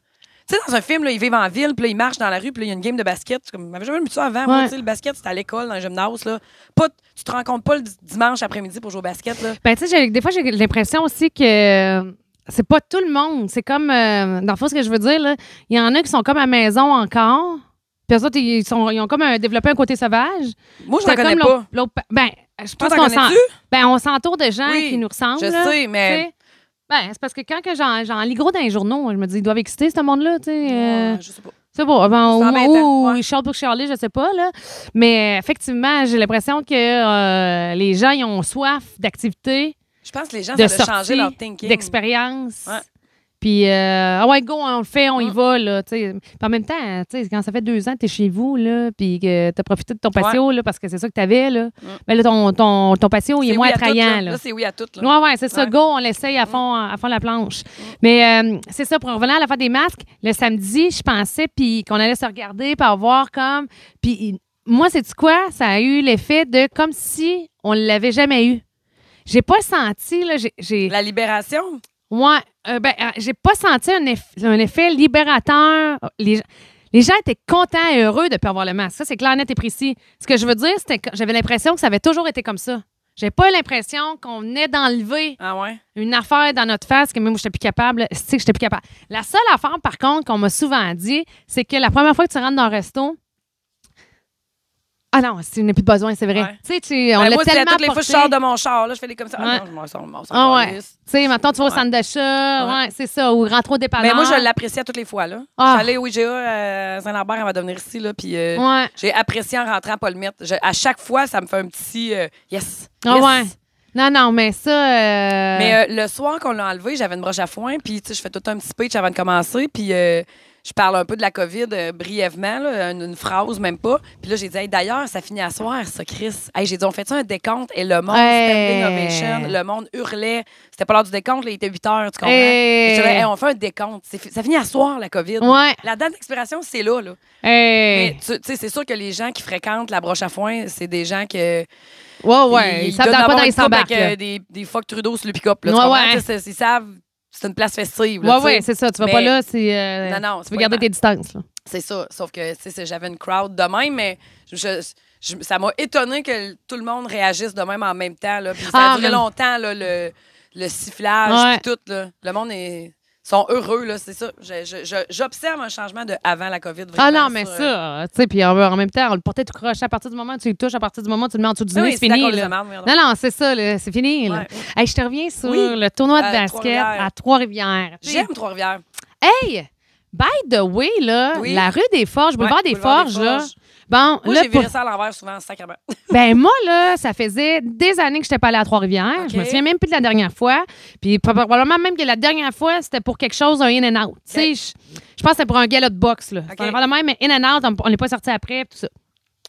Tu sais, dans un film, là, ils vivent en ville, puis là, ils marchent dans la rue, puis là, il y a une game de basket. C'est comme, j'avais jamais vu ça avant. Moi, Ouais. tu sais, le basket, c'était à l'école, dans le gymnase. Là. Pas, tu te rencontres pas le di- dimanche après-midi pour jouer au basket. Là. Ben, tu sais, j'ai- des fois, j'ai l'impression aussi que euh, C'est pas tout le monde. C'est comme, euh, dans le fond, ce que je veux dire, là, il y en a qui sont comme à maison encore. Puis eux autres, ils, sont, ils ont comme un- développé un côté sauvage. Moi, je C'était ne connais comme pas. l'autre- l'autre pa- Ben, je Toi, pense t'en qu'on s'en- connais-tu? ben, on s'entoure de gens Oui, qui nous ressemblent. Je là, sais, tu mais. sais. Ben, c'est parce que quand que j'en, j'en lis gros dans les journaux, je me dis, ils doivent exciter ce monde-là, tu sais. euh, Ouais, je sais pas. c'est bon, ben, C'est ou, embêtant, ou ouais. Charles pour Charlie, je sais pas, là. Mais euh, effectivement, j'ai l'impression que euh, les gens, ils ont soif d'activité, Je pense que les gens, de ça a changé leur sortie, thinking. d'expérience. Ouais. Puis, euh, ah ouais, go, on le fait, on y Mm. va, là, tu sais. Puis en même temps, tu sais, quand ça fait deux ans que t'es chez vous, là, puis que t'as profité de ton patio, là, parce que c'est ça que t'avais, là, ben là, ton, ton, ton patio, il est, Mm. C'est moins oui à toutes, attrayant, là. là. Là, c'est oui à toutes. là. Ouais, ouais, c'est ça. Ouais. Mm. Go, on l'essaye à fond, à fond la planche. Mais euh, c'est ça, pour revenir à la fin des masques, le samedi, je pensais puis qu'on allait se regarder, puis avoir comme. Puis il- moi, c'est quoi? Ça a eu l'effet de comme si on l'avait jamais eu. J'ai pas senti, là, j'ai- j'ai. La libération. Ouais, euh, ben, euh, j'ai pas senti un, eff- un effet libérateur. Les, gens- les gens étaient contents et heureux de ne pas avoir le masque. Ça, c'est clair, net et précis. Ce que je veux dire, c'était que j'avais l'impression que ça avait toujours été comme ça. J'ai pas eu l'impression qu'on venait d'enlever Ah ouais. une affaire dans notre face que même j'étais plus capable, c'est que j'étais plus capable. La seule affaire, par contre, qu'on m'a souvent dit, c'est que la première fois que tu rentres dans un resto, ah non, c'est- il n'y a plus besoin, c'est vrai. Ouais. Tu sais, tu- on Ben, l'a moi, c'est à tellement toutes les fois que je porté. sors de mon char, là, je fais des comme ça. Ah Ouais. non, je m'en sors, je m'en sors. Ah calisse. ouais. Tu sais, maintenant tu vas au Ouais. centre d'achat, ouais, Ouais. c'est ça, ou rentrer au dépanneur. Mais Ben, moi, je l'apprécie à toutes les fois. Là. Ah. J'allais au IGA à euh, Saint-Lambert avant de venir ici. Là, puis, euh, Ouais. J'ai apprécié en rentrant pas le mettre. Je- à chaque fois, ça me fait un petit euh, yes. Ah yes. ouais. Non, non, mais ça. euh, Mais euh, le soir qu'on l'a enlevé, j'avais une broche à foin, puis tu sais, je fais tout un petit speech avant de commencer, puis euh, je parle un peu de la COVID euh, brièvement, là, une, une phrase même pas. Puis là, j'ai dit, Hey, d'ailleurs, ça finit à soir, ça, Chris. Hey, j'ai dit, on fait ça un décompte, et le monde, Hey. standing ovation, le monde hurlait. C'était pas l'heure du décompte, là, il était 8 heures, tu comprends? Hey. Et je disais, Hey, on fait un décompte, C'est fi- ça finit à soir, la COVID. Ouais. La date d'expiration, c'est là, là. hey. Mais tu tu sais, c'est sûr que les gens qui fréquentent la broche à foin, c'est des gens que. ouais, ouais. Ils, doivent savent dans avoir quoi dans une les coupe s'embarquent. avec, euh, là. des, des fuck Trudeau sur le pick-up. là, tu Ouais, comprends? ouais. Tu sais, c'est- Ils savent, c'est une place festive. là, Ouais, tu sais. ouais, c'est ça. Tu vas Mais pas là, c'est. euh, Non, non, c'est Tu veux pas garder grave. tes distances, là. C'est ça. Sauf que tu sais, c'est- j'avais une crowd de même, mais je- je- je- ça m'a étonné que tout le monde réagisse de même en même temps. Là, Puis ça Ah, a duré mais- longtemps, là, le, le sifflage, Ouais. puis tout. là. Le monde est. sont heureux, là, c'est ça. Je- je- je- J'observe un changement de avant la COVID. Ah vraiment, non, mais sur, euh, ça, tu sais, puis en, en même temps, on le portait tout croche. À partir du moment où tu le touches, à partir du moment où tu le mets en dessous du Ah nez, oui, c'est là fini. qu'on les là. amarre, merde. Non, non, c'est ça, là, c'est fini. là. Ouais. Hey, je te reviens sur Oui. le tournoi de À basket Trois-Rivières. à Trois-Rivières. J'aime Trois-Rivières. Hey! By the way, là, Oui. la rue des Forges, boulevard, des, boulevard des Forges, là. Forges. Bon, Moi, là, j'ai pour- viré ça à l'envers souvent, sacrément. ben moi, là, ça faisait des années que je n'étais pas allée à Trois-Rivières. Je OK. me souviens même plus de la dernière fois. Puis probablement même que la dernière fois, c'était pour quelque chose, un in and out. Tu sais, OK. je- je pense que c'était pour un gala de boxe. Là. C'était OK. vraiment le même, mais in and out, on- on n'est pas sorti après, puis tout ça.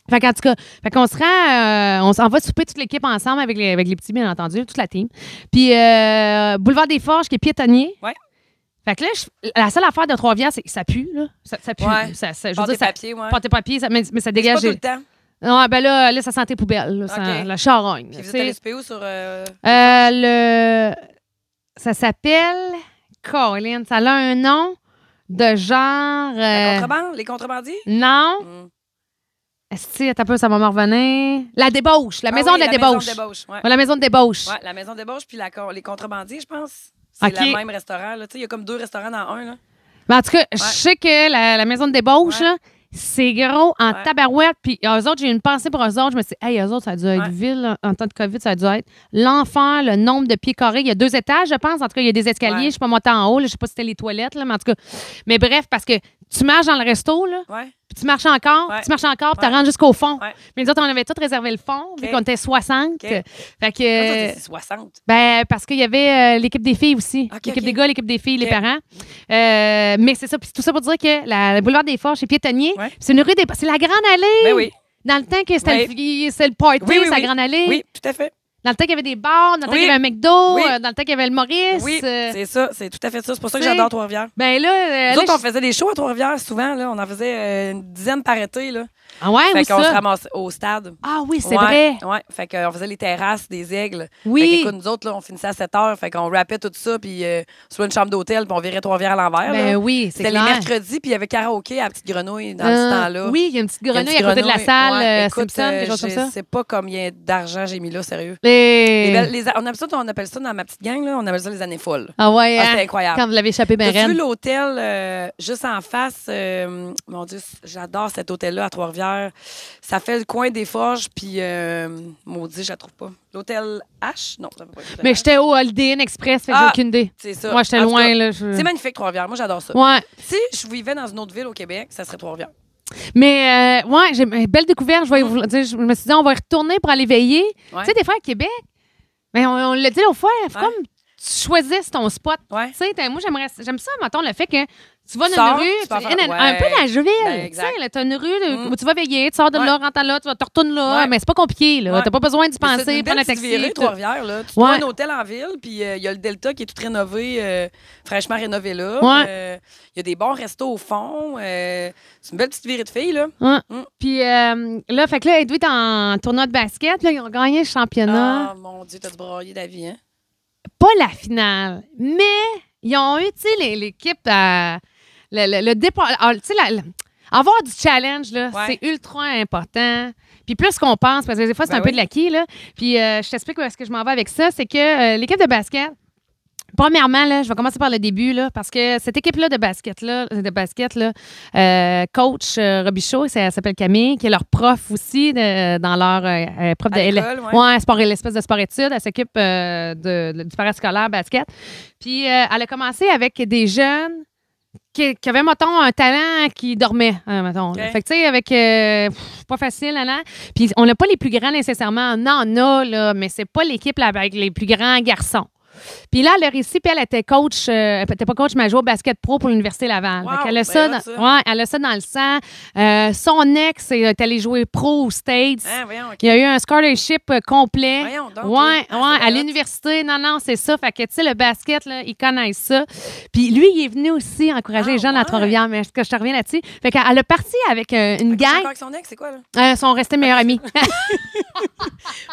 Fait qu'en tout cas, fait qu'on se rend, euh, on s'en va souper toute l'équipe ensemble avec les, avec les petits, bien entendu, toute la team. Puis euh, Boulevard des Forges, qui est piétonnier. Ouais. Fait que là, je- la seule affaire de Trois-Rivières, c'est que ça pue, là. Ça, ça pue. Ouais. Ça, ça- je veux Pâté dire, ça, papier, ouais. pâté papier, ça, mais, mais ça Mais c'est dégage. pas tout le temps. Non, ben là, là, ça sentait poubelle, là, ça- OK. la charogne. Puis là, vous tu êtes allé sais. souper où sur... euh, Euh, le... Ça s'appelle Colin. Ça a un nom de genre. la euh, contrebande? Les contrebandiers? Non. Mm. Si, attends un peu, ça va me revenir. La débauche. La Ah maison oui, de la, débauche. Maison de débauche, ouais. Ouais, la maison de débauche. Ouais, la maison de débauche, puis la con- les contrebandiers, je pense. C'est OK. le même restaurant. là. Tu sais, Il y a comme deux restaurants dans un. Là. Mais en tout cas, je sais que la, la maison de débauche, Ouais. là, c'est gros en Ouais. tabarouette. Puis eux autres, j'ai une pensée pour eux autres. Je me suis dit, hey, eux autres, ça a dû être Ouais. ville là, en temps de COVID, ça a dû être l'enfer, le nombre de pieds carrés. Il y a deux étages, je pense. En tout cas, il y a des escaliers. Ouais. Je ne suis pas montée en haut. là. Je ne sais pas si c'était les toilettes, là, mais en tout cas. Mais bref, parce que tu marches dans le resto, là, Ouais. puis tu marches encore, Ouais. puis tu marches encore, puis tu Ouais. rentres jusqu'au fond. Ouais. Mais nous autres, on avait tout réservé le fond, vu OK. qu'on était 60. OK. Fait Comment que. ça, c'est 60. Ben, parce qu'il y avait euh, l'équipe des filles aussi. Ok, l'équipe ok. des gars, l'équipe des filles, les Ok. parents. Euh, mais c'est ça. Puis tout ça pour dire que la, le boulevard des Forges, c'est piétonnier. Ouais. C'est une rue des. C'est la Grande Allée. Ben oui. Dans le temps que c'était Oui. le, c'est le party, Oui, oui, c'est la oui. Grande Allée. Oui, tout à fait. Dans le temps qu'il y avait des bars, dans le temps Oui. qu'il y avait un McDo, Oui. euh, dans le temps qu'il y avait le Maurice. Oui, euh, c'est ça. C'est tout à fait ça. C'est pour ça que tu sais, j'adore Trois-Rivières. ben là. euh, Nous là, autres, on je- faisait des shows à Trois-Rivières souvent. Là. On en faisait euh, une dizaine par été. Là. Ah ouais, fait oui, qu'on se ça. ramassait au stade. Ah oui, c'est Ouais, vrai. Ouais, fait qu'on faisait les terrasses des aigles. Oui. Fait que, écoute, nous autres, là, on finissait à 7 heures, fait qu'on rappait tout ça, puis euh, soit une chambre d'hôtel, puis on virait trois verres à l'envers. Ben là. oui, c'est C'était les clair. mercredis, puis il y avait karaoké à la petite grenouille dans Euh, ce temps-là. Oui, il y a une petite Il y a une grenouille à petite côté de la grenouille. salle, Ouais, euh, écoute, Simpson, quelque euh, chose comme je ça. sais pas combien d'argent j'ai mis là, sérieux. Là, Les belles- Hey. les a- on, appelle ça, on appelle ça dans ma petite gang, là, on appelle ça les années folles. Ah ouais, Ah, hein, c'était incroyable. quand vous l'avez échappé, ben T'as-tu vu raide. l'hôtel euh, juste en face? euh, mon Dieu, c- j'adore cet hôtel-là à Trois-Rivières. Ça fait le coin des forges, puis euh, maudit, je la trouve pas. L'hôtel H? Non, ça fait pas. l'hôtel Mais H. j'étais au Holiday Inn Express, fait que j'ai Ah. aucune idée. C'est ça. Moi, j'étais En tout loin, cas, là. je- C'est magnifique, Trois-Rivières. Moi, j'adore ça. Ouais. Si je vivais dans une autre ville au Québec, ça serait Trois-Rivières. Mais, euh, ouais, j'ai une belle découverte. Je, vais vous- tu sais, je me suis dit, on va y retourner pour aller veiller. Ouais. Tu sais, des fois, à Québec, mais on, on l'a dit l'autre fois, faut Ouais. comme tu choisisses ton spot. Ouais. Tu sais, t'as- moi, j'aimerais, j'aime ça, mettons, le fait que tu vas dans Sors, une rue, tu vas tu- faire- in and- un peu ouais. la ville. Ben, tu sais, exact. là, t'as une rue là, Mm. où tu vas veiller, tu sors de là, rentres là, tu vas te retournes là, Ouais. mais c'est pas compliqué, là. Ouais. T'as pas besoin d'y Mais c'est penser, une prendre un belle petite taxi. virée, tout. Trois-Rivières, là. Tu trouves Ouais. un hôtel en ville, puis euh, il y a le Delta qui est tout rénové, euh, fraîchement rénové là. Ouais. Euh, Il y a des bons restos au fond. euh, c'est une belle petite virée de filles, là. Ouais. Mm. Puis euh, là, fait que là, Edwin est en tournoi de basket. Là, ils ont gagné le championnat. Ah, mon Dieu, t'as-tu braillé d'avis, hein? pas la finale, mais ils ont eu, tu sais, les- l'équipe, euh, le, le, le départ, ah, tu sais, la- la- avoir du challenge, là, Ouais. c'est ultra important. Puis plus qu'on pense, parce que des fois, c'est Ben un peu oui. de l'acquis, là. Puis euh, je t'explique où est-ce que je m'en vais avec ça, c'est que euh, l'équipe de basket, Premièrement, là, je vais commencer par le début, là, parce que cette équipe-là de basket-là, de basket, là, euh, coach euh, Robichaud, ça- elle s'appelle Camille, qui est leur prof aussi de- dans leur euh, euh, prof À de L- l'école, ouais. Ouais, sport- l'espèce de sport-études. Elle s'occupe euh, de, de- du parascolaire basket. Puis euh, elle a commencé avec des jeunes qui, qui avaient, mettons, un talent qui dormait, hein, mettons. là. Ok. Fait que, tu sais, avec. euh, pff, pas facile, là, là. Puis on n'a pas les plus grands nécessairement. On en a, là, mais c'est pas l'équipe là, avec les plus grands garçons. Puis là, elle a réussi, puis elle était coach, euh, elle était pas coach, mais elle jouait au basket pro pour l'Université Laval. Wow, Fait qu'elle a ben ça, là, dans, ça. ouais, elle a ça dans le sang. Euh, son ex est allé jouer pro aux States. Hein, voyons, OK. Il y a eu un scholarship euh, complet. Voyons donc. toi. Ouais, Ah, ouais, c'est à bien hot. l'université. Non, non, c'est ça. Fait que, tu sais, le basket, là, ils connaissent ça. Puis lui, il est venu aussi encourager Ah, les jeunes à ouais. Trois-Rivières, mais est-ce que je te reviens là-dessus? Fait qu'elle elle a parti avec euh, Fait une que je suis encore gang. avec son ex, c'est quoi, là? Ils sont restés meilleurs amis.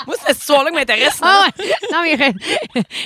Moi, c'est cette histoire-là qui m'intéresse. là. Ah ouais. Non, mais re-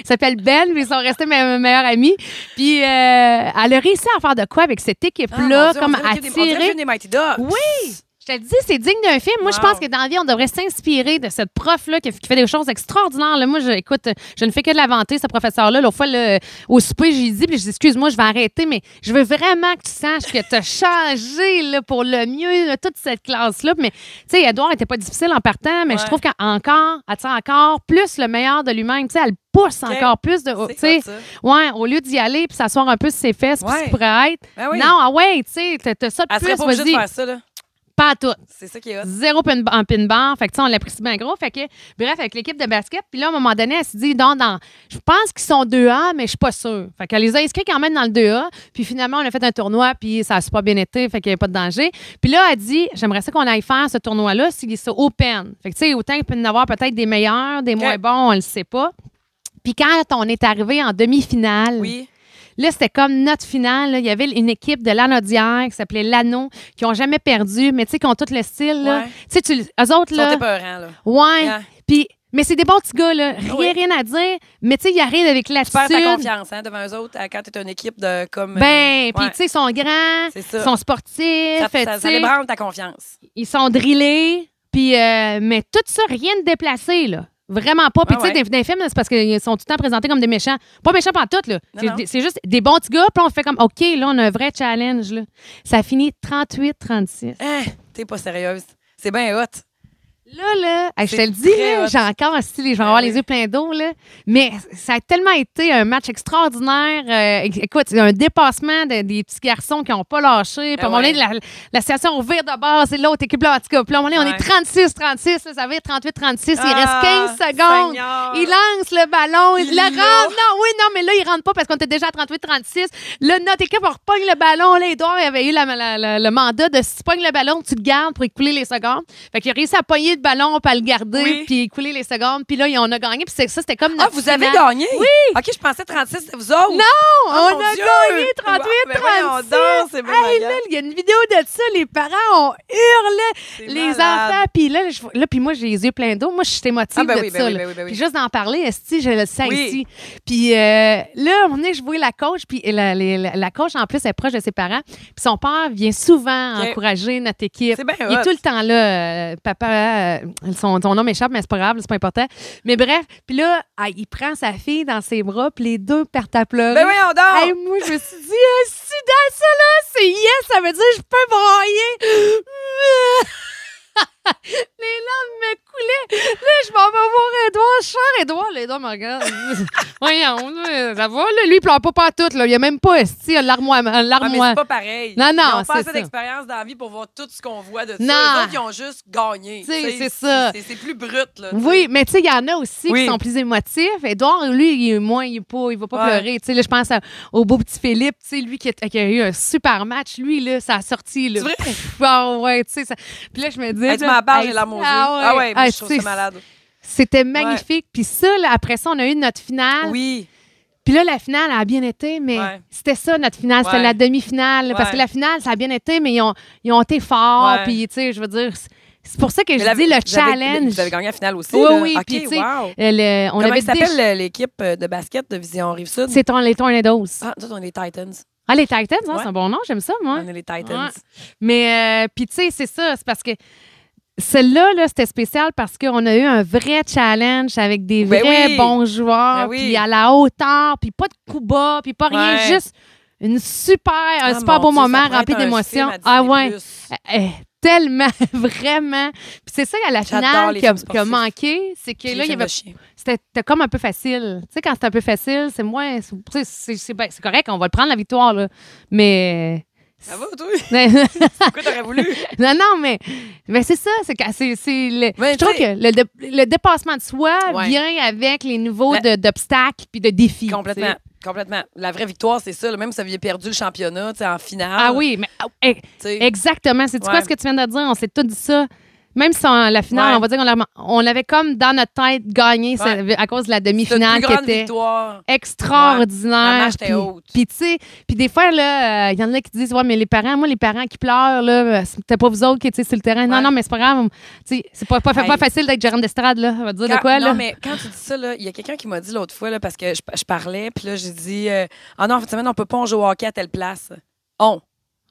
il s'appelle Ben, mais ils sont restés me- meilleurs amis. Puis euh, elle a réussi à faire de quoi avec cette Ah, mon équipe-là, Dieu, on comme dirait que des- on dirait que attirer. j'ai des Mighty Ducks. Oui! Je te le dis, c'est digne d'un film. Moi, je Ah, Wow. pense que dans la vie, on devrait s'inspirer de cette prof-là qui, qui fait des choses extraordinaires. Là, moi, je, écoute, je ne fais que de la vanter, ce professeur-là. L'autre fois, là, au souper, j'ai dit, puis je dis, excuse-moi, je vais arrêter, mais je veux vraiment que tu saches que tu as changé là, pour le mieux là, toute cette classe-là. Mais, tu sais, Edouard n'était pas difficile en partant, mais je Ouais. trouve qu'encore, elle tient encore plus le meilleur de lui-même. Tu sais, elle pousse Ok. encore plus de. oh, Tu C'est sais, hot, ça. ouais, au lieu d'y aller puis s'asseoir un peu sur ses fesses, puis ce Ouais. qu'il pourrait être. Ben oui. Non, ah ouais, tu sais, t'as- t'as ça de Elle serait plus, pas obligée de vas-y, faire ça, là. pas à tout C'est ça qui est hot. zéro pin, en pin bar. Fait que, tu sais, on l'apprécie bien gros. Fait que, bref, avec l'équipe de basket. Puis là, à un moment donné, elle s'est dit, non, non, je pense qu'ils sont 2A, mais je suis pas sûre. Fait qu'elle les a inscrits quand même dans le 2A. Puis finalement, on a fait un tournoi, puis ça a super bien été. Fait qu'il n'y a pas de danger. Puis là, elle dit, j'aimerais ça qu'on aille faire ce tournoi-là, s'il est open. Fait que, tu sais, autant qu'il peut y en avoir peut-être des meilleurs, des moins Ok. bons, on le sait pas. Puis quand on est arrivé en demi-finale, Oui. Là, c'était comme notre finale. là. Il y avait une équipe de l'Anaudière qui s'appelait L'Anneau, qui n'ont jamais perdu, mais tu sais, qui ont tout le style. Là. Ouais. Tu sais, tu le- eux autres, Ils sont là. épeurants, là. Ouais. Hein? Puis, mais c'est des bons petits gars, là. Rien, Oui. rien à dire. Mais tu sais, ils arrivent avec Tu perds ta l'attitude. confiance hein, devant eux autres euh, quand t'es une équipe de comme. euh, Ben, puis ouais. tu sais, ils sont grands, C'est ils ça. sont sportifs, ça, tu ça, ça sais, ébranle ta confiance. ils sont drillés. Puis, euh, mais tout ça, rien de déplacé, là. Vraiment pas. Puis, Ah tu sais, ouais. dans- dans les films, là, c'est parce qu'ils sont tout le temps présentés comme des méchants. Pas méchants pas tout, là. Non, C'est- non. C'est juste des bons petits gars, puis on fait comme, OK, là, on a un vrai challenge, là. Ça finit 38-36. Hein, t'es pas sérieuse. C'est bien hot. Là, là, hey, je te C'est le dis, là, très hot. j'ai encore un style, je Ah vais avoir oui. les yeux pleins d'eau, là. Mais ça a tellement été un match extraordinaire. Euh, éc- écoute, il y a un dépassement de- des petits garçons qui n'ont pas lâché. Puis à un Ah moment donné, ouais. la, la station on vire de base, c'est l'autre équipe là, en tout cas. Puis là, à un moment donné, on Ouais. est 36-36, là, ça vire 38-36, il Ah, reste 15 secondes. Seigneur. Il lance le ballon, il, Il le l'a. rentre. Non, oui, non, mais là, il rentre pas parce qu'on était déjà à 38-36. Là, notre équipe, on repogne le ballon. Là, Edouard il avait eu la- la- la- le mandat de si tu pognes le ballon, tu le gardes pour écouler les secondes. Fait qu'il a réussi à pogner le ballon, puis à le garder, Oui. puis écouler les secondes. Puis là, il- on a gagné. Puis c'est- ça, c'était comme Ah, notre vous avez finale. gagné? Oui. OK, je pensais 36, c'est vous autres. Non, Oh, on mon a Dieu. gagné Ben voyons 38-36. donc, c'est bien Hey, malade. là, il y a une vidéo de ça. Les parents ont hurlé. C'est Les malade. enfants, puis là, je- là, puis moi, j'ai les yeux pleins d'eau. Moi, je suis émotive Ah, ben de oui, ça. ben oui, là. ben oui, ben oui. Puis juste d'en parler, esti, je le sais Oui. ici. Puis euh, là, on est, je voyais la coach, puis la, les- la- la coach, en plus, elle est proche de ses parents. Puis son père vient souvent Ok. encourager notre équipe. C'est bien Il est hot. tout le temps là, euh, papa, euh, son, son nom m'échappe, mais c'est pas grave, c'est pas important. Mais bref, puis là, ah, il prend sa fille dans ses bras, puis les deux partent à pleurer. Ben oui, on dort! Hey, moi, je me suis dit, ah, si dans ça, là, c'est yes, ça veut dire je peux brailler. les larmes me coulaient. Là, je m'en vais voir Edouard. Cher Edouard, là, Edouard me regarde. Voyons, là, ça va, là. Lui, il pleure pas partout, là. Il a même pas, esti, un larmois. un Ah, mais larmois. c'est pas pareil. Non, non, Ils ont pas c'est assez ça. d'expérience dans la vie pour voir tout ce qu'on voit de ça. Non. Les autres, ils ont juste gagné. Tu sais, Tu sais, c'est ça. C'est c'est plus brut, là. tu sais. Oui, mais tu sais, il y en a aussi Oui. qui sont plus émotifs. Edouard, lui, il est moins, il, est pas, il va pas Ouais. pleurer. Tu sais, là, je pense à- au beau petit Philippe, tu sais, lui qui a, qui a eu un super match. Lui, là, ça a sorti, là. C'est vrai? Pff, ah ouais, tu sais, ça- Puis là, je me dis... Hey, tu là, m'en parles, hey, j'ai l'amour aux yeux. ah ouais, Ah ouais, moi, ah, je trouve ça c'est- malade. C'était magnifique. Puis ça, là, après ça, on a eu notre finale. Oui. Puis là, la finale elle a bien été, mais Ouais. c'était ça, notre finale. C'était Ouais. la demi-finale. là, Parce Ouais. que la finale, ça a bien été, mais ils ont, ils ont été forts. Ouais. Puis, tu sais, je veux dire, c'est- c'est pour ça que Mais je la- dis le vous avez- challenge. Vous avez gagné la finale aussi. Oui, là. oui, OK, puis tu sais, wow. Euh, le- on Comment avait il s'appelle déch- euh, l'équipe euh, de basket de Vision Rive-Sud? C'est ton- les Tornadoes. Ah, nous autres, on est les Titans. Ah, les Titans, hein, Ouais. c'est un bon nom, j'aime ça, moi. On est les Titans. Ouais. Mais, euh, puis tu sais, c'est ça, c'est parce que celle-là, là, c'était spécial parce qu'on a eu un vrai challenge avec des Ben vrais oui. bons joueurs, Ben oui. puis à la hauteur, puis pas de coups bas, puis pas rien, Ouais. juste une super, un Ah, super mon beau Dieu, ça moment pourrait rempli être un d'émotions. film à Disney+. Ah ouais, Eh, eh, tellement, vraiment. Puis c'est ça, à la J'adore finale, les qui a, films qui a sportifs. manqué, c'est que Puis là, les il y films avait de chiens. c'était c'était comme un peu facile. Tu sais, quand c'est un peu facile, c'est moins. c'est- tu sais, C'est c'est ben, c'est correct, on va le prendre la victoire, là. Mais. Ça va, toi? Mais- Pourquoi t'aurais voulu? non, non, mais, mais c'est ça. c'est que- c'est- c'est le- Mais je trouve tu que le, dé- le dépassement de soi Ouais. vient avec les niveaux Mais- de- d'obstacles puis de défis. tu Complètement. sais. Complètement. La vraie victoire, c'est ça. là. Même si vous aviez perdu le championnat tu sais, en finale. Ah oui, mais ah, eh, tu sais, exactement. C'est Ouais. quoi ce que tu viens de dire? On s'est tout dit ça. Même si on- la finale, Ouais. on va dire qu'on l'a- on l'avait comme dans notre tête gagné ça- à cause de la C'est une demi-finale plus qui grande était. victoire. Ouais, extraordinaire. la marche était Puis- haute. Puis tu sais, puis des fois là, il y en a qui disent ouais mais les parents, moi les parents qui pleurent là, euh, c'était pas vous autres qui étiez sur le terrain. Ouais. Non non, mais c'est pas grave. Tu sais, c'est pas pas, pas Hey. facile d'être gérant d'estrade là, on va dire de Quand- quoi là. Non, mais quand tu dis ça, là, il y a quelqu'un qui m'a dit l'autre fois, là, parce que je, je parlais, puis là, j'ai dit euh, Ah non, en fin de semaine, on peut pas, on joue au hockey à telle place. On.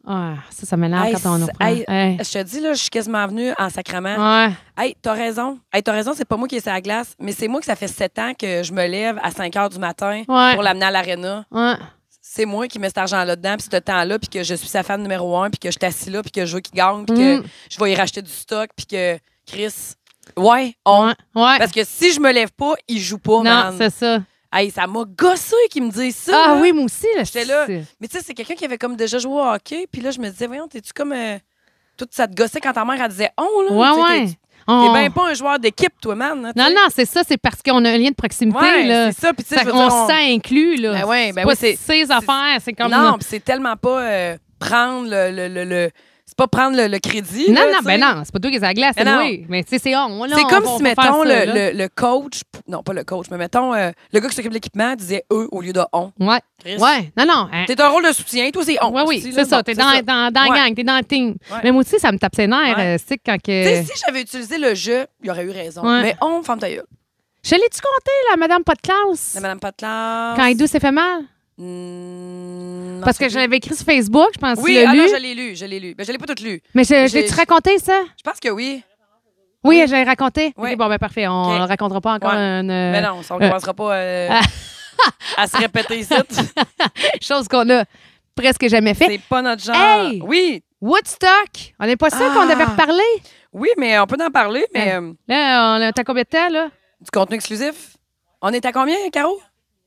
Ah, ça ça m'énerve Hey, quand on en c'est- prend. hey. euh, Hey. Je te dis, là, je suis quasiment venue en sacrament. Ouais. Hey, t'as raison. Hey, t'as raison, c'est pas moi qui ai sur la glace, mais c'est moi que ça fait sept ans que je me lève à 5 heures du matin Ouais. pour l'amener à l'aréna. Ouais. C'est moi qui mets cet argent-là dedans, puis ce temps-là, puis que je suis sa fan numéro un, puis que je suis assis là, puis que je veux qu'il gagne, puis Mm. que je vais y racheter du stock, puis que Chris. Ouais, on. Ouais. Ouais. Parce que si je me lève pas, il joue pas, non, man. c'est ça. Hey, ça m'a gossé qu'ils me disent ça. Ah là. oui, moi aussi là. J'étais là. c'est- Mais tu sais, c'est quelqu'un qui avait comme déjà joué au hockey, puis là, je me disais, voyons, t'es-tu comme. euh, Tout ça te gossait quand ta mère, elle disait on, là. Ouais Tu sais, ouais. t'es- T'es On- bien pas un joueur d'équipe, toi, man. là, tu Non sais. non, c'est ça, c'est parce qu'on a un lien de proximité Ouais, là. c'est ça. Puis tu sais, Fait je veux qu'on dire, se on- sent inclus là. Ben ouais, ben C'est oui, pas c'est- ses affaires, c'est comme Non, puis c'est tellement pas euh, prendre le. le, le, le- C'est pas prendre le, le crédit. Non, là, non, tu sais. ben non, c'est pas toi qui es à la glace, Ben c'est non. oui. Mais tu sais, c'est on. là, C'est on comme va- on si, va faire mettons, le, ça, là. le, le coach, non pas le coach, mais mettons, euh, le gars qui s'occupe de l'équipement disait eux au lieu de on. Ouais, Chris. ouais, non, non. hein. T'es un rôle de soutien, toi, c'est on. Ouais, oui, Esti, là, c'est ça. bon, T'es dans, dans, dans la Ouais. gang, t'es dans le team. Ouais. Mais moi aussi, ça me tape ses nerfs, Ouais. euh, c'est que quand Tu sais, que. si j'avais utilisé le jeu, il y aurait eu raison. Ouais. Mais on, femme ta gueule. Je l'ai-tu compté, la Madame Pas de classe? La Madame Patlan. Quand Edo s'est fait mal? Mm, non, Parce c'est que plus- je l'avais écrit sur Facebook, je pense que tu Oui, l'as ah lu. non, je l'ai lu, je l'ai lu. Ben, je l'ai pas tout lu. Mais je, je j'ai- l'ai-tu raconté, ça? Je pense que oui. Oui, je l'ai raconté. Ouais. OK, bon, ben parfait, on Ok. le racontera pas encore Ouais. une euh, Mais non, ça, on ne commencera pas euh, à se répéter ici. euh, chose qu'on a presque jamais fait. C'est pas notre genre. Hey! Oui, Woodstock! On n'est pas sûr qu'on Ah. devait reparler? oui, mais on peut en parler, mais euh, Là, on a t'as combien de temps, là? du contenu exclusif. On est à combien, Caro?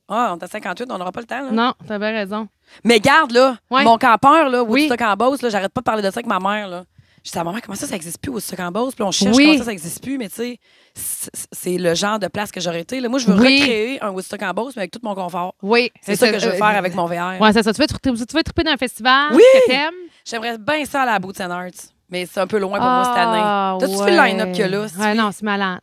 Ah, on est à 58, on n'aura pas le temps. là. Non, t'as bien raison. Mais garde, là, Ouais. mon campeur, là, Oui. Woodstock en Beauce, là, j'arrête pas de parler de ça avec ma mère, là. Je dis à ma mère, comment ça, ça existe plus, Woodstock en Beauce? Puis on cherche Oui. comment ça, ça existe plus, mais tu sais, c'est- c'est le genre de place que j'aurais été. là. Moi, je veux Oui. recréer un Woodstock en Beauce, mais avec tout mon confort. Oui. Euh, C'est ça que je veux faire avec mon VR. Ouais, c'est ça. Tu veux, trou- tu veux triper dans un festival Oui! que t'aimes? J'aimerais bien ça à la Boots and Arts, mais c'est un peu loin pour moi cette année. T'as-tu fait fait le line-up qu'il y a là? Ah, Ah, Ouais, non, c'est malade.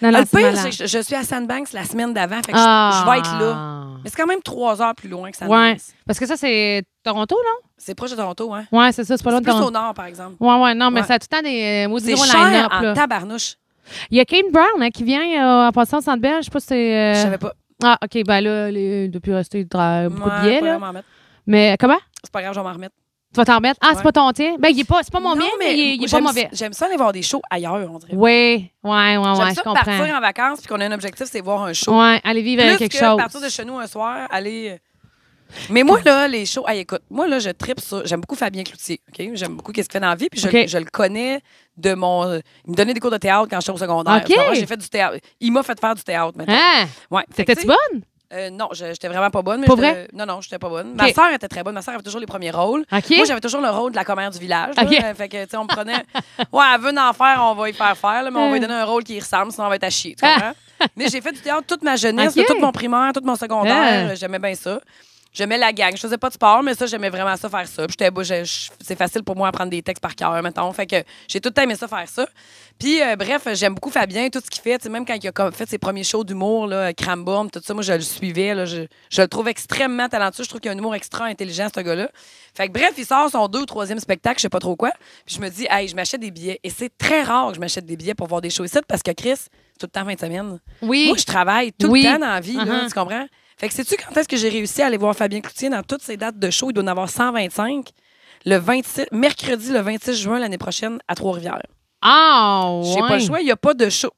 Non, non, le c'est pire, malade. c'est que je, je suis à Sandbanks la semaine d'avant, fait que je- Ah. je, vais être là. Mais c'est quand même trois heures plus loin que Sandbanks. Ouais. Parce que ça, c'est Toronto, non? C'est proche de Toronto, hein? Ouais, c'est ça. C'est pas loin C'est de plus au Toronto. nord, par exemple. Ouais, ouais, non, mais Ouais. ça a tout le temps des euh, maudits C'est gros cher line-up. en là. tabarnouche. Il y a Kane Brown hein, qui vient euh, en passant au centre Bell. Je sais pas si c'est. euh, Je savais pas. Ah, OK. Ben là, les... depuis rester beaucoup de Ouais, billets, pas là. grave, m'en remettre. Mais comment? C'est pas grave, je vais m'en remettre. Tu vas t'en remettre. Ah, c'est Ouais. pas ton tien. Ben, il est pas, c'est pas mon Non, mien, mais, il est- il est, pas j'aime- mauvais. J'aime ça aller voir des shows ailleurs, on dirait. Oui, ouais, ouais, J'aime ouais, je ça comprends. partir en vacances puis qu'on a un objectif, c'est voir un show. Ouais, allez vivre Plus avec que Ben, quelque chose. partir de chez nous un soir, aller. euh. Mais moi, là, les shows. Hey, écoute, moi, là, je tripe sur. J'aime beaucoup Fabien Cloutier. OK? J'aime beaucoup qu'est-ce qu'il fait dans la vie. Puis je, OK. je le connais de mon. euh, Il me donnait des cours de théâtre quand j'étais au secondaire. OK. Tu vois, J'ai fait du théâtre. Il m'a fait faire du théâtre maintenant. Hein? Ouais. Fait que, tu T'étais-tu sais, bonne? euh, non, je- j'étais vraiment pas bonne. Mais Pas j'étais- vrai? Non, non, j'étais pas bonne. OK. Ma sœur était très bonne. Ma sœur avait toujours les premiers rôles. OK. Moi, j'avais toujours le rôle de la commère du village. là. OK. Euh, Fait que, tu sais, on me prenait. Ouais, elle veut en faire, on va y faire faire, là, mais on Euh. va lui donner un rôle qui y ressemble, sinon on va être à chier. Tu comprends? mais j'ai fait du théâtre toute ma jeunesse, OK. tout mon primaire, tout mon secondaire. Ah. J'aimais bien ça. J'aimais la gang. Je faisais pas de sport, mais ça, j'aimais vraiment ça faire ça. Puis j'étais beau- je- je- c'est facile pour moi apprendre des textes par cœur, mettons. Fait que j'ai tout le temps aimé ça faire ça. Puis, euh, bref, j'aime beaucoup Fabien, tout ce qu'il fait. Tu sais, même quand il a comme fait ses premiers shows d'humour, là, Crambourne, tout ça, moi, je le suivais. là. je, je le trouve extrêmement talentueux. Je trouve qu'il a un humour extra intelligent, ce gars-là. Fait que, bref, il sort son deux ou troisième spectacle, je sais pas trop quoi. Puis je me dis, hey, je m'achète des billets. Et c'est très rare que je m'achète des billets pour voir des shows ici parce que Chris, tout le temps, fin de semaine. Oui. Moi, je travaille tout Oui. le temps dans la vie, là, Uh-huh. tu comprends? Fait que sais-tu quand est-ce que j'ai réussi à aller voir Fabien Cloutier dans toutes ses dates de show? Il doit en avoir 125. Le 26, mercredi, le 26 juin l'année prochaine à Trois-Rivières. Ah, ouais. J'ai pas le choix, il n'y a pas de show.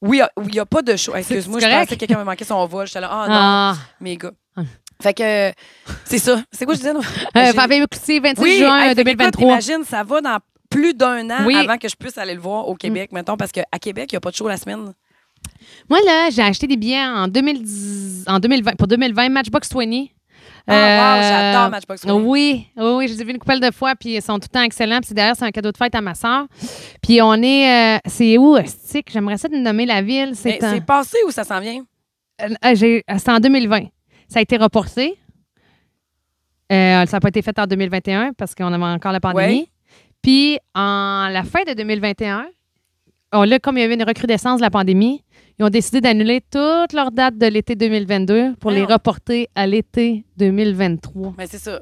Oui, il n'y a, pas de show. Excuse-moi, je correct? pensais que quelqu'un me manquait son vol. J'étais là, ah non, Ah. mes gars. Fait que, euh, c'est ça. C'est quoi je disais? non? Euh, J'ai- Fabien Cloutier, 26 oui, hey, juin euh, fait que, écoute, 2023. imagine, ça va dans plus d'un an Oui. Mm. avant que je puisse aller le voir au Québec, mettons, parce qu'à Québec, il n'y a pas de show la semaine. Moi, là, j'ai acheté des billets en, 2010, en 2020, pour 2020, Matchbox 20. Ah, Euh, wow, j'adore Matchbox 20. Oui, oui, oui, je les ai vus une couple de fois, puis ils sont tout le temps excellents. Puis c'est- d'ailleurs, c'est un cadeau de fête à ma soeur. Puis on est. euh, c'est où, Stick? J'aimerais ça te nommer la ville. Mais C'est en, Ben, C'est passé ou ça s'en vient? euh, euh, j'ai- euh, c'est en 2020. Ça a été reporté. Euh, ça n'a pas été fait en 2021 parce qu'on avait encore la pandémie. Ouais. Puis, en la fin de 2021, on, là, comme il y avait une recrudescence de la pandémie, ils ont décidé d'annuler toutes leurs dates de l'été 2022 pour les Voyons. reporter à l'été 2023. Mais Ben, c'est ça.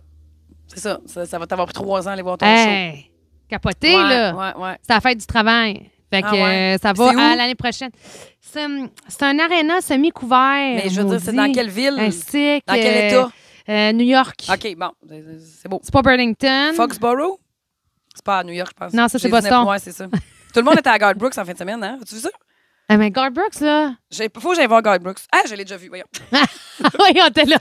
C'est ça. Ça, ça va t'avoir pris trois ans à aller voir ton show. Hey! Capoté, Ouais, là! Ouais, ouais. C'est la fête du travail. Fait que Ah ouais. euh, ça C'est où? va à l'année prochaine. C'est hum, c'est un aréna semi-couvert. Mais je veux dire, c'est dans Eh, maudit. euh, quelle ville? Ainsi Dans quel état? New York. OK, bon, c'est- c'est beau. C'est pas Burlington. Foxborough? C'est pas à New York, je pense. Non, ça, c'est J'ai dit Boston. n'importe- Ouais, c'est ça. Tout le monde était à Guard Brooks en fin de semaine, hein? As-tu vu ça? Ah, mais Garth Brooks, là. J'ai- Faut que j'aille voir Guard Brooks. Ah, je l'ai déjà vu, voyons. oui, on était là.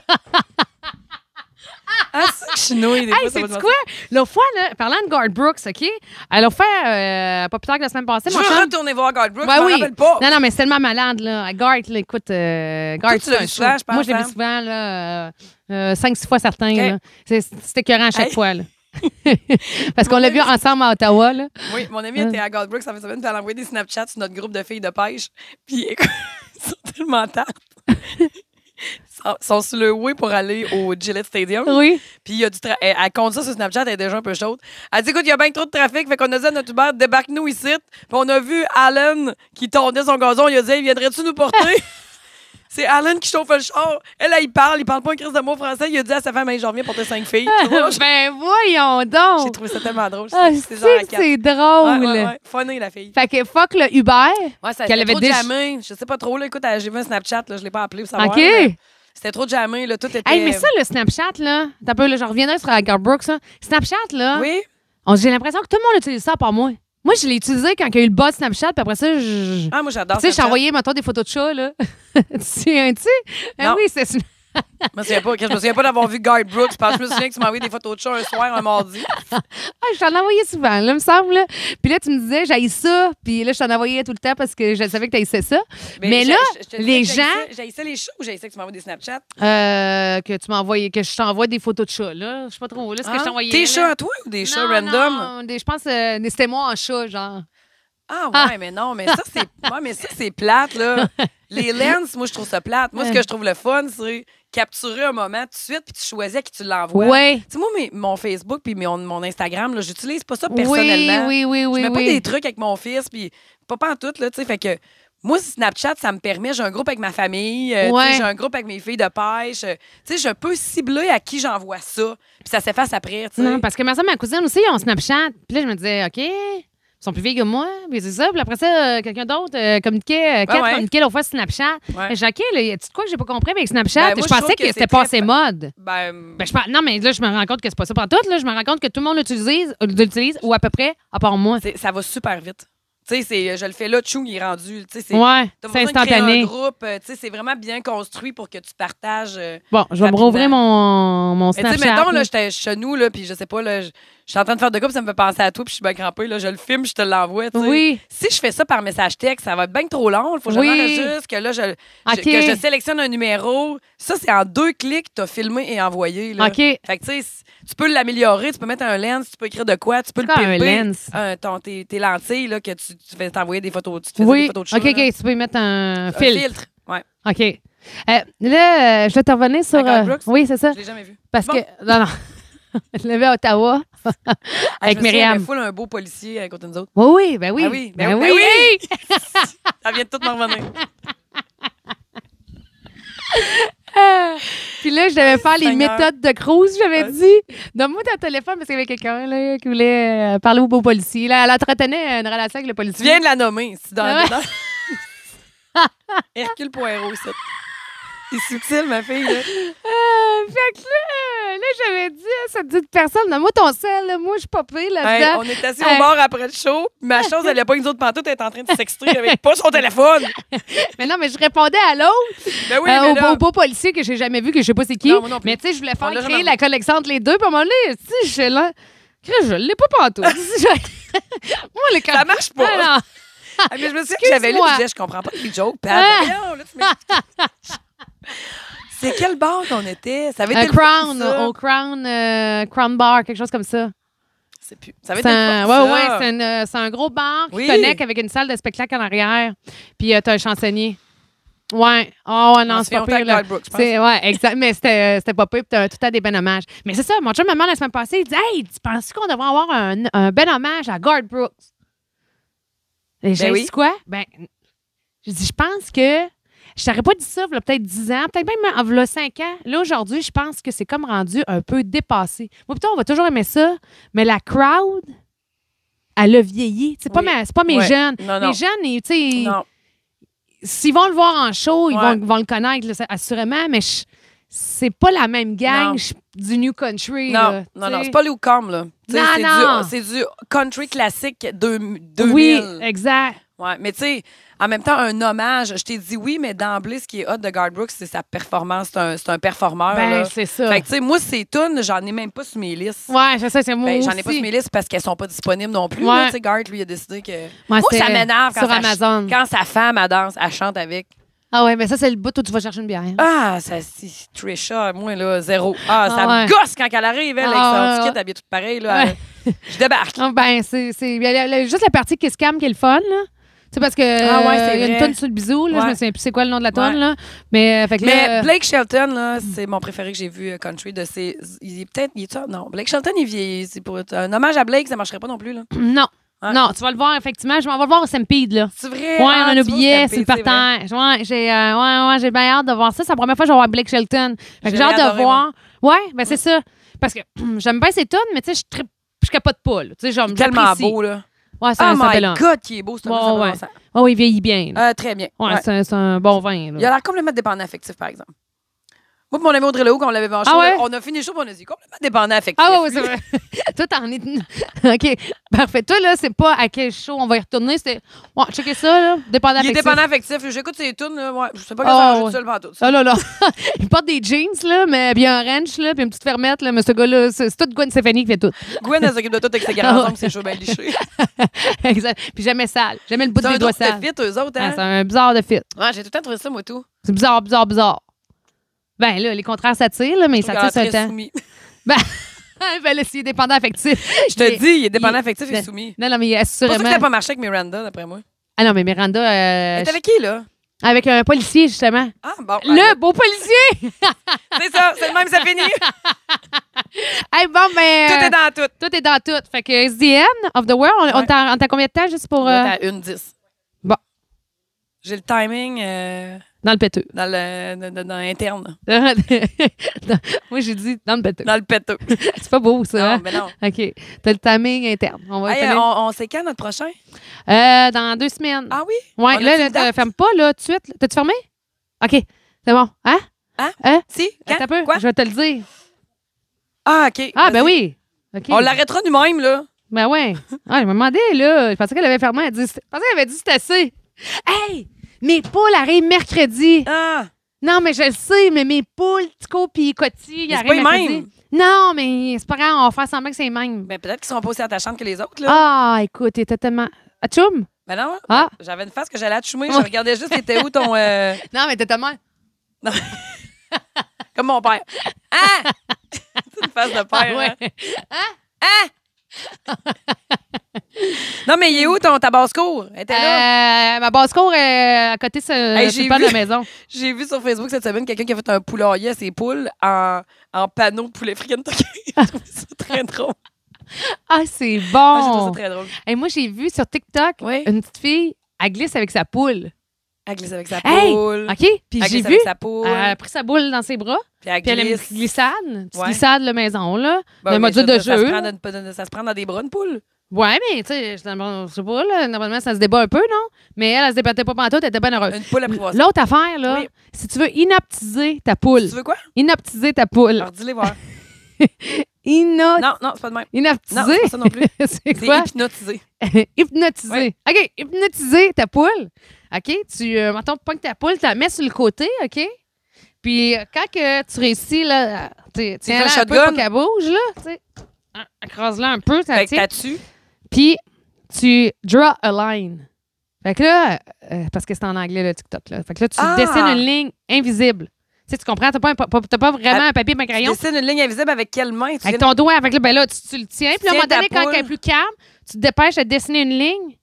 Ah, c'est que je suis nouée des Hey, fois. ça c'est va de bon quoi? L'autre fois, là, parlant de Garth Brooks, OK? Elle a fait, euh, pas plus tard que la semaine passée, sens. Je mon veux chum. retourner voir Guard Brooks, Ben je me oui. rappelle pas. Non, non, mais c'est tellement malade, là. Garth, là, écoute, euh, Toi, Garth, tu l'as c'est un vu show. souvent, je pense, Moi, je l'ai hein? vu souvent, là, euh, euh, cinq, six fois certains. là. C'est c'est écœurant à chaque Hey. fois, là. Parce qu'on l'a vu ensemble à Ottawa, là. Oui, mon Euh. ami était à Gold Brooks en fin de semaine, puis elle a envoyé des Snapchats sur notre groupe de filles de pêche. Puis écoute, ils sont tellement tard. Ils sont sur le way pour aller au Gillette Stadium. Oui. Puis il y a du tra- elle, elle compte ça sur Snapchat, elle est déjà un peu chaude. Elle dit écoute, il y a bien trop de trafic, fait qu'on a dit à notre Uber, débarque-nous ici. Puis on a vu Alan qui tournait son gazon, il a dit Hey, viendrais-tu nous porter C'est Alan qui chauffe le char. Elle, elle, il parle, il parle pas un crise de mot français. Il a dit à sa femme, hey, j'en reviens porter cinq filles. Tu vois, j'ai- ben voyons J'ai donc. trouvé ça tellement drôle. Ah, C'est c'est c'est genre à quatre. c'est drôle. Ouais, ouais, ouais. Funny, la fille. Fait que fuck le Uber. Ouais, ça Qu'elle c'était avait trop déjà- jamais. Je sais pas trop. Là. Écoute, j'ai vu un Snapchat, là, je l'ai pas appelé pour savoir. OK. mais C'était trop jamais. Là. Tout était. Hey, mais ça, le Snapchat, là, t'as peu, là, je reviendrai sur Agar Brooks, là. Snapchat, là, Oui. on- j'ai l'impression que tout le monde utilise ça, à part moi. Moi, je l'ai utilisé quand il y a eu le bas de Snapchat, puis après ça, je. Ah, moi, j'adore tu sais, j'ai Snapchat. envoyé, mettons, des photos de chats, là. tu sais, hein, tu sais. Ah Non. oui, c'est. Je me souviens pas. Je me souviens pas d'avoir vu Guy Brooks. Parce que je me souviens que tu m'as envoyé des photos de chat un soir, un mardi. Ah, je t'en envoyais souvent, là, me semble. là. Puis là, tu me disais, j'aille ça, puis là, je t'en envoyais tout le temps parce que je savais que t'haïssais ça. Mais, j'ai- là, je- je te disais les que gens. j'haïssais- J'haïssais les chats ou j'haïssais que tu m'envoies des Snapchats? euh, que tu m'envoyais, que je t'envoie des photos de chats, là. Je sais pas trop, là, ce que je Hein? t'envoyais. Tes là. chats à toi ou des chats Non, random? non, des- je pense, euh, des- c'était moi en chat, genre. Ah ouais, mais non, mais ça, c'est ouais, mais ça, c'est plate, là. Les lens, moi, je trouve ça plate. Euh. Moi, ce que je trouve le fun, c'est capturer un moment tout de suite, puis tu choisis à qui tu l'envoies. Ouais. Tu sais, moi, mes- mon Facebook, puis mon, mon Instagram, là, j'utilise pas ça Oui, personnellement. oui, oui, oui, Je mets pas oui. des trucs avec mon fils, puis pas pantoute, là, tu sais, fait que... Moi, Snapchat, ça me permet, j'ai un groupe avec ma famille, euh, tu sais, Ouais. j'ai un groupe avec mes filles de pêche. euh, tu sais, je peux cibler à qui j'envoie ça, puis ça s'efface après, tu sais. Non, parce que ma soeur, ma cousine aussi, ils ont Snapchat. Puis là, je me disais, OK. Ils sont plus vieilles que moi. Puis c'est ça. Puis après ça, euh, quelqu'un d'autre euh, communiquait, euh, Kat ouais. communiquait l'autre fois sur Snapchat. Ouais. Mais Jacquet, là, y a-tu de quoi que j'ai pas compris avec Snapchat? Ben, moi, je je pensais trouve que, que c'était c'est très passé fa- mode. Ben, Ben, je par- Non, mais là, je me rends compte que c'est pas ça pour tout. Là. Je me rends compte que tout le monde l'utilise, euh, l'utilise ou à peu près, à part moi. c'est- ça va super vite. Tu sais, c'est- je le fais là, tchou, il est rendu. Tu sais, c'est Ouais, t'as pas c'est besoin de créer instantané. un groupe, euh, tu sais, c'est vraiment bien construit pour que tu partages. euh, Bon, je vais me rapidement. rouvrir mon, mon Mais tu Snapchat. sais, mettons, là. là, j'étais chez nous, là, puis je sais pas, là, je je suis en train de faire de quoi, puis ça me fait penser à toi, puis je suis bien crampée, là, je le filme, je te l'envoie, tu sais. Oui. Si je fais ça par message texte, ça va être bien trop long, il faut que je Oui. l'enregistre, que là, je, je- OK. que je sélectionne un numéro. Ça, c'est en deux clics, t'as filmé et envoyé, là. OK. Hey, Fait que, tu sais, c- tu peux l'améliorer, tu peux mettre un lens, tu peux écrire de quoi, tu peux le C'est quoi un pimper. lens? Un- ton, tes, tes lentilles, là, que tu, tu fais t'envoyer des photos, tu te faisais oui. des photos de chats, OK, là. OK, tu peux y mettre un, Un filtre. filtre. Ouais, OK. Euh, là, euh, je vais te revenir sur. Michael euh, Brooks? oui, c'est ça. je l'ai jamais vu. Parce Bon. que. Non, non. Je l'avais à Ottawa Myriam. Il avec Myriam. y avait un beau policier euh, à côté de nous autres. Oui, oui, ben oui. Ah oui, ben oui, ben Ça vient de tout me revenir. Puis là, je devais faire les Seigneur. méthodes de Cruz, j'avais Ouais. dit. Donne-moi ton téléphone parce qu'il y avait quelqu'un là, qui voulait euh, parler au beau policier. Là, elle entretenait une relation avec le Tu policier. viens de la nommer. C'est dans, Ah Ouais. dans- Hercule Poirot, ça. C'est subtil, ma fille. Là. Euh, fait que là, euh, là j'avais dit à cette petite personne, donne-moi ton sel, là, moi, je suis pas pire Hey, là-dedans. Euh, on est assis Hey. au bord après le show. Ma chance, elle n'a pas une autre pantoute. Elle est en train de s'extraire avec pas son téléphone. Mais non, mais je répondais à l'autre, Ben oui, euh, mais au, là, au beau policier que j'ai jamais vu, que je sais pas c'est qui. Non, moi non plus. mais tu sais, je voulais faire On l'a créer jamais la collection entre les deux. Puis à un moment donné, si je suis là, Chris, je l'ai pas pantoute. moi, le ça marche pas. Ah, non. Ah, mais je me souviens que j'avais lu, Excuse-moi. je disais, je comprends pas tes jokes, Pat. Ah. Mais non, là, tu m'expliques. C'est quel bar qu'on était? Ça avait Un été le fun, crown, ça. au crown, euh, crown bar, quelque chose comme ça. C'est plus. Ça avait C'est été un, le fun, ouais, ouais, ça. c'est une, euh, c'est un gros bar qui Oui. connecte avec une salle de spectacle en arrière. Puis euh, t'as un chansonnier. Ouais. Oh, ouais, non, On c'est s'est pas monté pire. avec Là. Guy Brooks, je pense. C'est- ouais, exact. Mais c'était euh, c'était pas pire. puis T'as un- tout à des ben hommages. Mais c'est ça, mon chum maman la semaine passée, il dit Hey, tu penses qu'on devrait avoir un, un ben hommage à Guard Brooks? Et j'ai Ben dit oui. quoi? Ben, je dis, je pense que. Je t'aurais pas dit ça, v'là peut-être 10 ans, peut-être même euh, en v'là 5 ans. Là, aujourd'hui, je pense que c'est comme rendu un peu dépassé. Moi, plutôt, on va toujours aimer ça, mais la crowd, elle a vieilli. C'est pas, Oui. ma- c'est pas mes Ouais. jeunes. Non, non. Mes jeunes, ils- tu sais, ils- Non. s'ils vont le voir en show, ils Ouais. vont, vont le connaître, là, ça- assurément, mais je- c'est pas la même gang Non. je- du New Country. là, Non, non, tu non, sais. c'est pas Lucom, là. Tu sais, Non, c'est non. du- C'est du, country classique deux- 2000. Oui, exact. Ouais, mais tu sais, en même temps, un hommage. Je t'ai dit oui, mais d'emblée, ce qui est hot de Garth Brooks, c'est sa performance. C'est un, c'est un performeur. Ben, là. c'est ça. Fait que, tu sais, moi, ces tunes, j'en ai même pas sur mes listes. Ouais, c'est ça, c'est moi. Ben, j'en ai pas aussi. sur mes listes parce qu'elles sont pas disponibles non plus. Ouais. là. Tu sais, Garth, lui, il a décidé que. moi, c'est ça vrai. m'énerve quand, Sur sa- Amazon. quand sa femme, elle danse, elle chante avec. Ah ouais, mais ça, c'est le bout où tu vas chercher une bière. Ah, ça, si, Trisha, moi, là, zéro. Ah, ça Ah ouais. me gosse quand elle arrive, elle, Ah avec son ouais, ticket habillée toute pareille, là. Ouais. elle- Je débarque. Ah ben, c'est c'est- la- la- la- juste la partie qui se calme qui est le fun, là. C'est parce que Ah ouais, euh, c'est il y a une vrai. tonne sur le bisou, là, je Ouais. me souviens plus c'est quoi le nom de la Ouais. tonne, là. Mais euh, fait que Mais là, euh, Blake Shelton, là, c'est mon préféré que j'ai vu euh, country de ses. Il est peut-être. Il est ça? Non. Blake Shelton, il vieillit. C'est pour un hommage à Blake, ça marcherait pas non plus, là. non. Ouais. Non, tu vas le voir effectivement, je m'en vais le voir au Stampede là. C'est vrai. Ouais, Ah, on en tu a vois, oublié, Stampede, c'est le vrai. parterre. Ouais, j'ai euh, ouais, ouais, j'ai bien hâte de voir ça, c'est la première fois que je vais voir Blake Shelton. Fait que j'ai J'aurais hâte de adoré, voir. Ouais, ben c'est ça parce que j'aime bien ces tonnes, mais tu sais je trippe- je capote pas, là. Tu sais, genre, Tellement j'apprécie. beau, là. Ouais, c'est Oh un c'est un my bel homme. God, qui est beau, ce Ouais, homme, ça ouais. n'a pas de bon sens. Oh, il vieillit bien. là. Euh, Très bien. ouais, Ouais. c'est un- c'est un bon vin là. Il a l'air complètement dépendant affectif, par exemple. Moi, pour mon ami Audrey Lehoux, quand on l'avait vu en Ah show, ouais? on a fini le show, puis on a dit complètement dépendant affectif. Ah oui, c'est vrai. Toi, t'en es. OK, parfait. Toi, là, c'est pas à quel show on va y retourner. C'est. Ouais, checker ça, là. Dépendant Il est affectif. dépendant affectif. J'écoute ses tunes, là, ouais. Je sais pas quand Oh, ça marche ouais. tout seul, pantoute. Ah là là. Il porte des jeans, là, mais bien un ranch, là, puis une petite fermette, là. Mais ce gars-là, c'est c'est toute Gwen Stéphanie qui fait tout. Gwen, elle s'occupe de tout avec ses Ah grands ongles, ses cheveux bien lichés. exact. Puis jamais sale. Jamais le bout C'est des un doigts drôle sales. de fit, eux autres, Ah, hein? c'est un bizarre de fit. Ouais, j'ai tout le temps trouvé ça, moi, tout. C'est bizarre, bizarre, bizarre. Ben là, les contraires s'attirent, là, mais ils Je trouve qu'elle s'attirent a sur le très temps. soumis. Ben, ben là, s'il est dépendant affectif. Je te dis, il est dépendant il- affectif Ben, et soumis. Non, non, mais C'est pour ça que ça assurément. n'a pas marché avec Miranda, d'après moi. Ah non, mais Miranda. euh, Elle est avec qui, là? Avec un policier, justement. Ah, bon. Le beau policier! ben, C'est ça, c'est le même, ça finit. hey, bon, ben. Tout euh, est dans tout. Tout est dans tout. Fait que it's the end of the world. On- On Ouais. euh, t'a on t'a combien de temps juste pour. On est euh, à une dix. Bon. J'ai le timing euh, Dans le péteux. dans le de- de- dans l'interne, Dans- Moi, j'ai dit dans le péteux. dans le péteux. C'est pas beau, ça. non, hein? mais non. OK. T'as le timing interne. On va le Hey, tenir. on, on sait quand notre prochain? Euh, dans deux semaines. Ah oui? ouais, on là, a-tu là une date? t'as- ferme pas, là, tout de suite. T'as-tu fermé? OK. C'est bon. Hein? Si? Quand? Attends un peu. Quoi? Je vais te le dire. Ah, OK. Ah, ben Vas-y. oui. OK. On l'arrêtera du même, là. Ben ouais. Ah, je me demandais, là. Je pensais qu'elle avait fermé. Elle dit, je pensais qu'elle avait dit c'était assez. Hey! Mes poules arrivent mercredi. Ah! Non, mais je le sais, mais mes poules, Tico puis Coty, ils Mais c'est arrivent pas les mercredi. mêmes. Non, mais c'est pas grave, on va faire semblant que c'est les mêmes. Ben, peut-être qu'ils seront pas aussi attachants que les autres, là. Ah, écoute, t'étais tellement. Ah, tchoum? Ben non, Ah. j'avais une face que j'allais atchoumer. Je Ouais. regardais juste, c'était où ton... euh, Non, mais t'étais tellement. Comme mon père. Ah! C'est une face de père, Ah, hein? ouais. Non, mais il est où ton tabasco? Elle était là. Euh, ma basse-cour est à côté sur, Hey, sur j'ai le pas de vu. la maison. J'ai vu sur Facebook cette semaine quelqu'un qui a fait un poulailler à ses poules en, en panneau de poulet fric Kentucky. J'ai trouvé ça très drôle. Ah, c'est Ah, J'ai trouvé bon. ça très drôle. Et moi, j'ai vu sur TikTok Oui. une petite fille, elle glisse avec sa poule. Elle glisse avec sa Hey! poule. OK? Puis Mm. Elle j'ai glisse vu. avec sa poule. Elle a pris sa boule dans ses bras, puis elle puis elle a une glisse. petite glissade, une petite Ouais. glissade la maison, là, Ben d'un oui, module ça, de ça se jeu. prend dans une- dans- Ça se prend dans des bras, une poule. Ouais, mais tu sais, je je sais pas, là, normalement, ça se débat un peu, non? Mais elle, elle se débattait pas pantoute, elle était bien heureuse. Une poule à pouvoir. L'autre affaire, là, Oui. si tu veux inoptiser ta poule, Tu veux Ah. quoi? inoptiser ta poule, Alors, dis-les voir. Ino... Non, non, c'est pas de même. Non, inoptiser, c'est pas ça non plus. c'est C'est quoi? hypnotisé. hypnotiser. Ouais. OK, hypnotiser ta poule. OK, tu, euh, mettons, pognes ta poule, tu la mets sur le côté, OK? Puis euh, quand que tu réussis, là, à- tu tiens fais un un peu shotgun. pour qu'elle bouge, là, tu sais. Ah, Écrase-la un peu, ça Fait que tient. t'as-tu? Puis tu draw a line. Fait que là, euh, parce que c'est en anglais, le TikTok, là. Fait que là, tu Ah! dessines une ligne invisible. Tu sais, tu comprends? T'as pas, un pa- pa- t'as pas vraiment Ah, un papier et un Tu crayon. dessines une ligne invisible avec quelle main? Tu viens Avec de- ton doigt, avec le, ben là, tu, tu le tiens. Puis là, à un Tiens moment donné, ta quand poule. elle est plus calme, tu te dépêches de dessiner une ligne.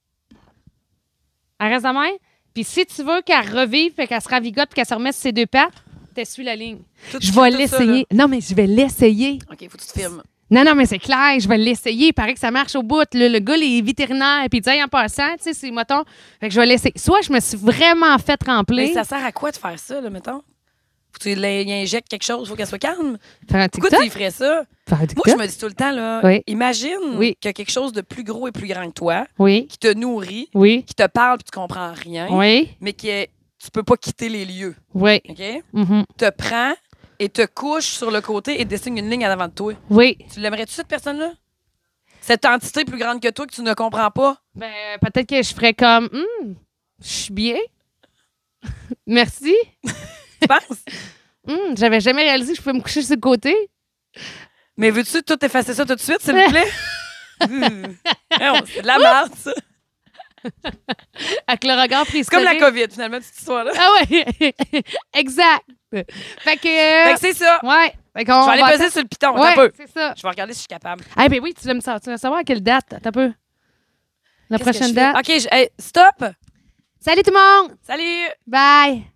Elle reste de même. Puis si tu veux qu'elle revive, puis qu'elle se ravigote, puis qu'elle se remette sur ses deux pattes, t'essuies la ligne. tout- Je tout ça, vais l'essayer. Non, mais je vais l'essayer. là. OK, faut que tu te filmes. Non, non, mais c'est clair, je vais l'essayer. Il paraît que ça marche au bout. Le, le gars, il est vétérinaire, puis il dit, Hey, en passant, tu sais, c'est moton. Fait que je vais l'essayer. Soit je me suis vraiment fait Mais remplir. ça sert à quoi de faire ça, là, mettons? Faut que tu l'in- y injectes quelque chose, faut qu'elle soit calme. Faire un Pourquoi TikTok? tu y ferais ça? Faire Moi, un je TikTok? me dis tout le temps, là, Oui. imagine Oui. qu'il y a quelque chose de plus gros et plus grand que toi, Oui, qui te nourrit, oui, qui te parle puis tu comprends rien, oui, mais qui est, tu peux pas quitter les lieux, oui. OK? Mhm. Te prend et te couche sur le côté et dessine une ligne en avant de toi. Oui. Tu l'aimerais-tu, cette personne-là? Cette entité plus grande que toi que tu ne comprends pas? Ben, peut-être que je ferais comme, Hmm, je suis bien. Merci. Tu penses? Hmm, J'avais jamais réalisé que je pouvais me coucher sur le côté. Mais veux-tu tout effacer ça tout de suite, s'il vous plaît? Hum. Non, C'est de la merde, ça. Avec le regard pris C'est comme la COVID, finalement, cette histoire-là. Ah ouais, exact. Fait que. Fait que c'est ça. ouais. Fait qu'on Je vais aller Euh, va peser sur le piton, attendre- un peu. Ouais, c'est ça. Je vais regarder si je suis capable. Ah ben oui, tu vas me sa- tu vas savoir à quelle date. T'as peu. Qu'est-ce La que prochaine je fais? Ah. date. OK, je- hey, stop. Salut tout le monde! Salut. Bye!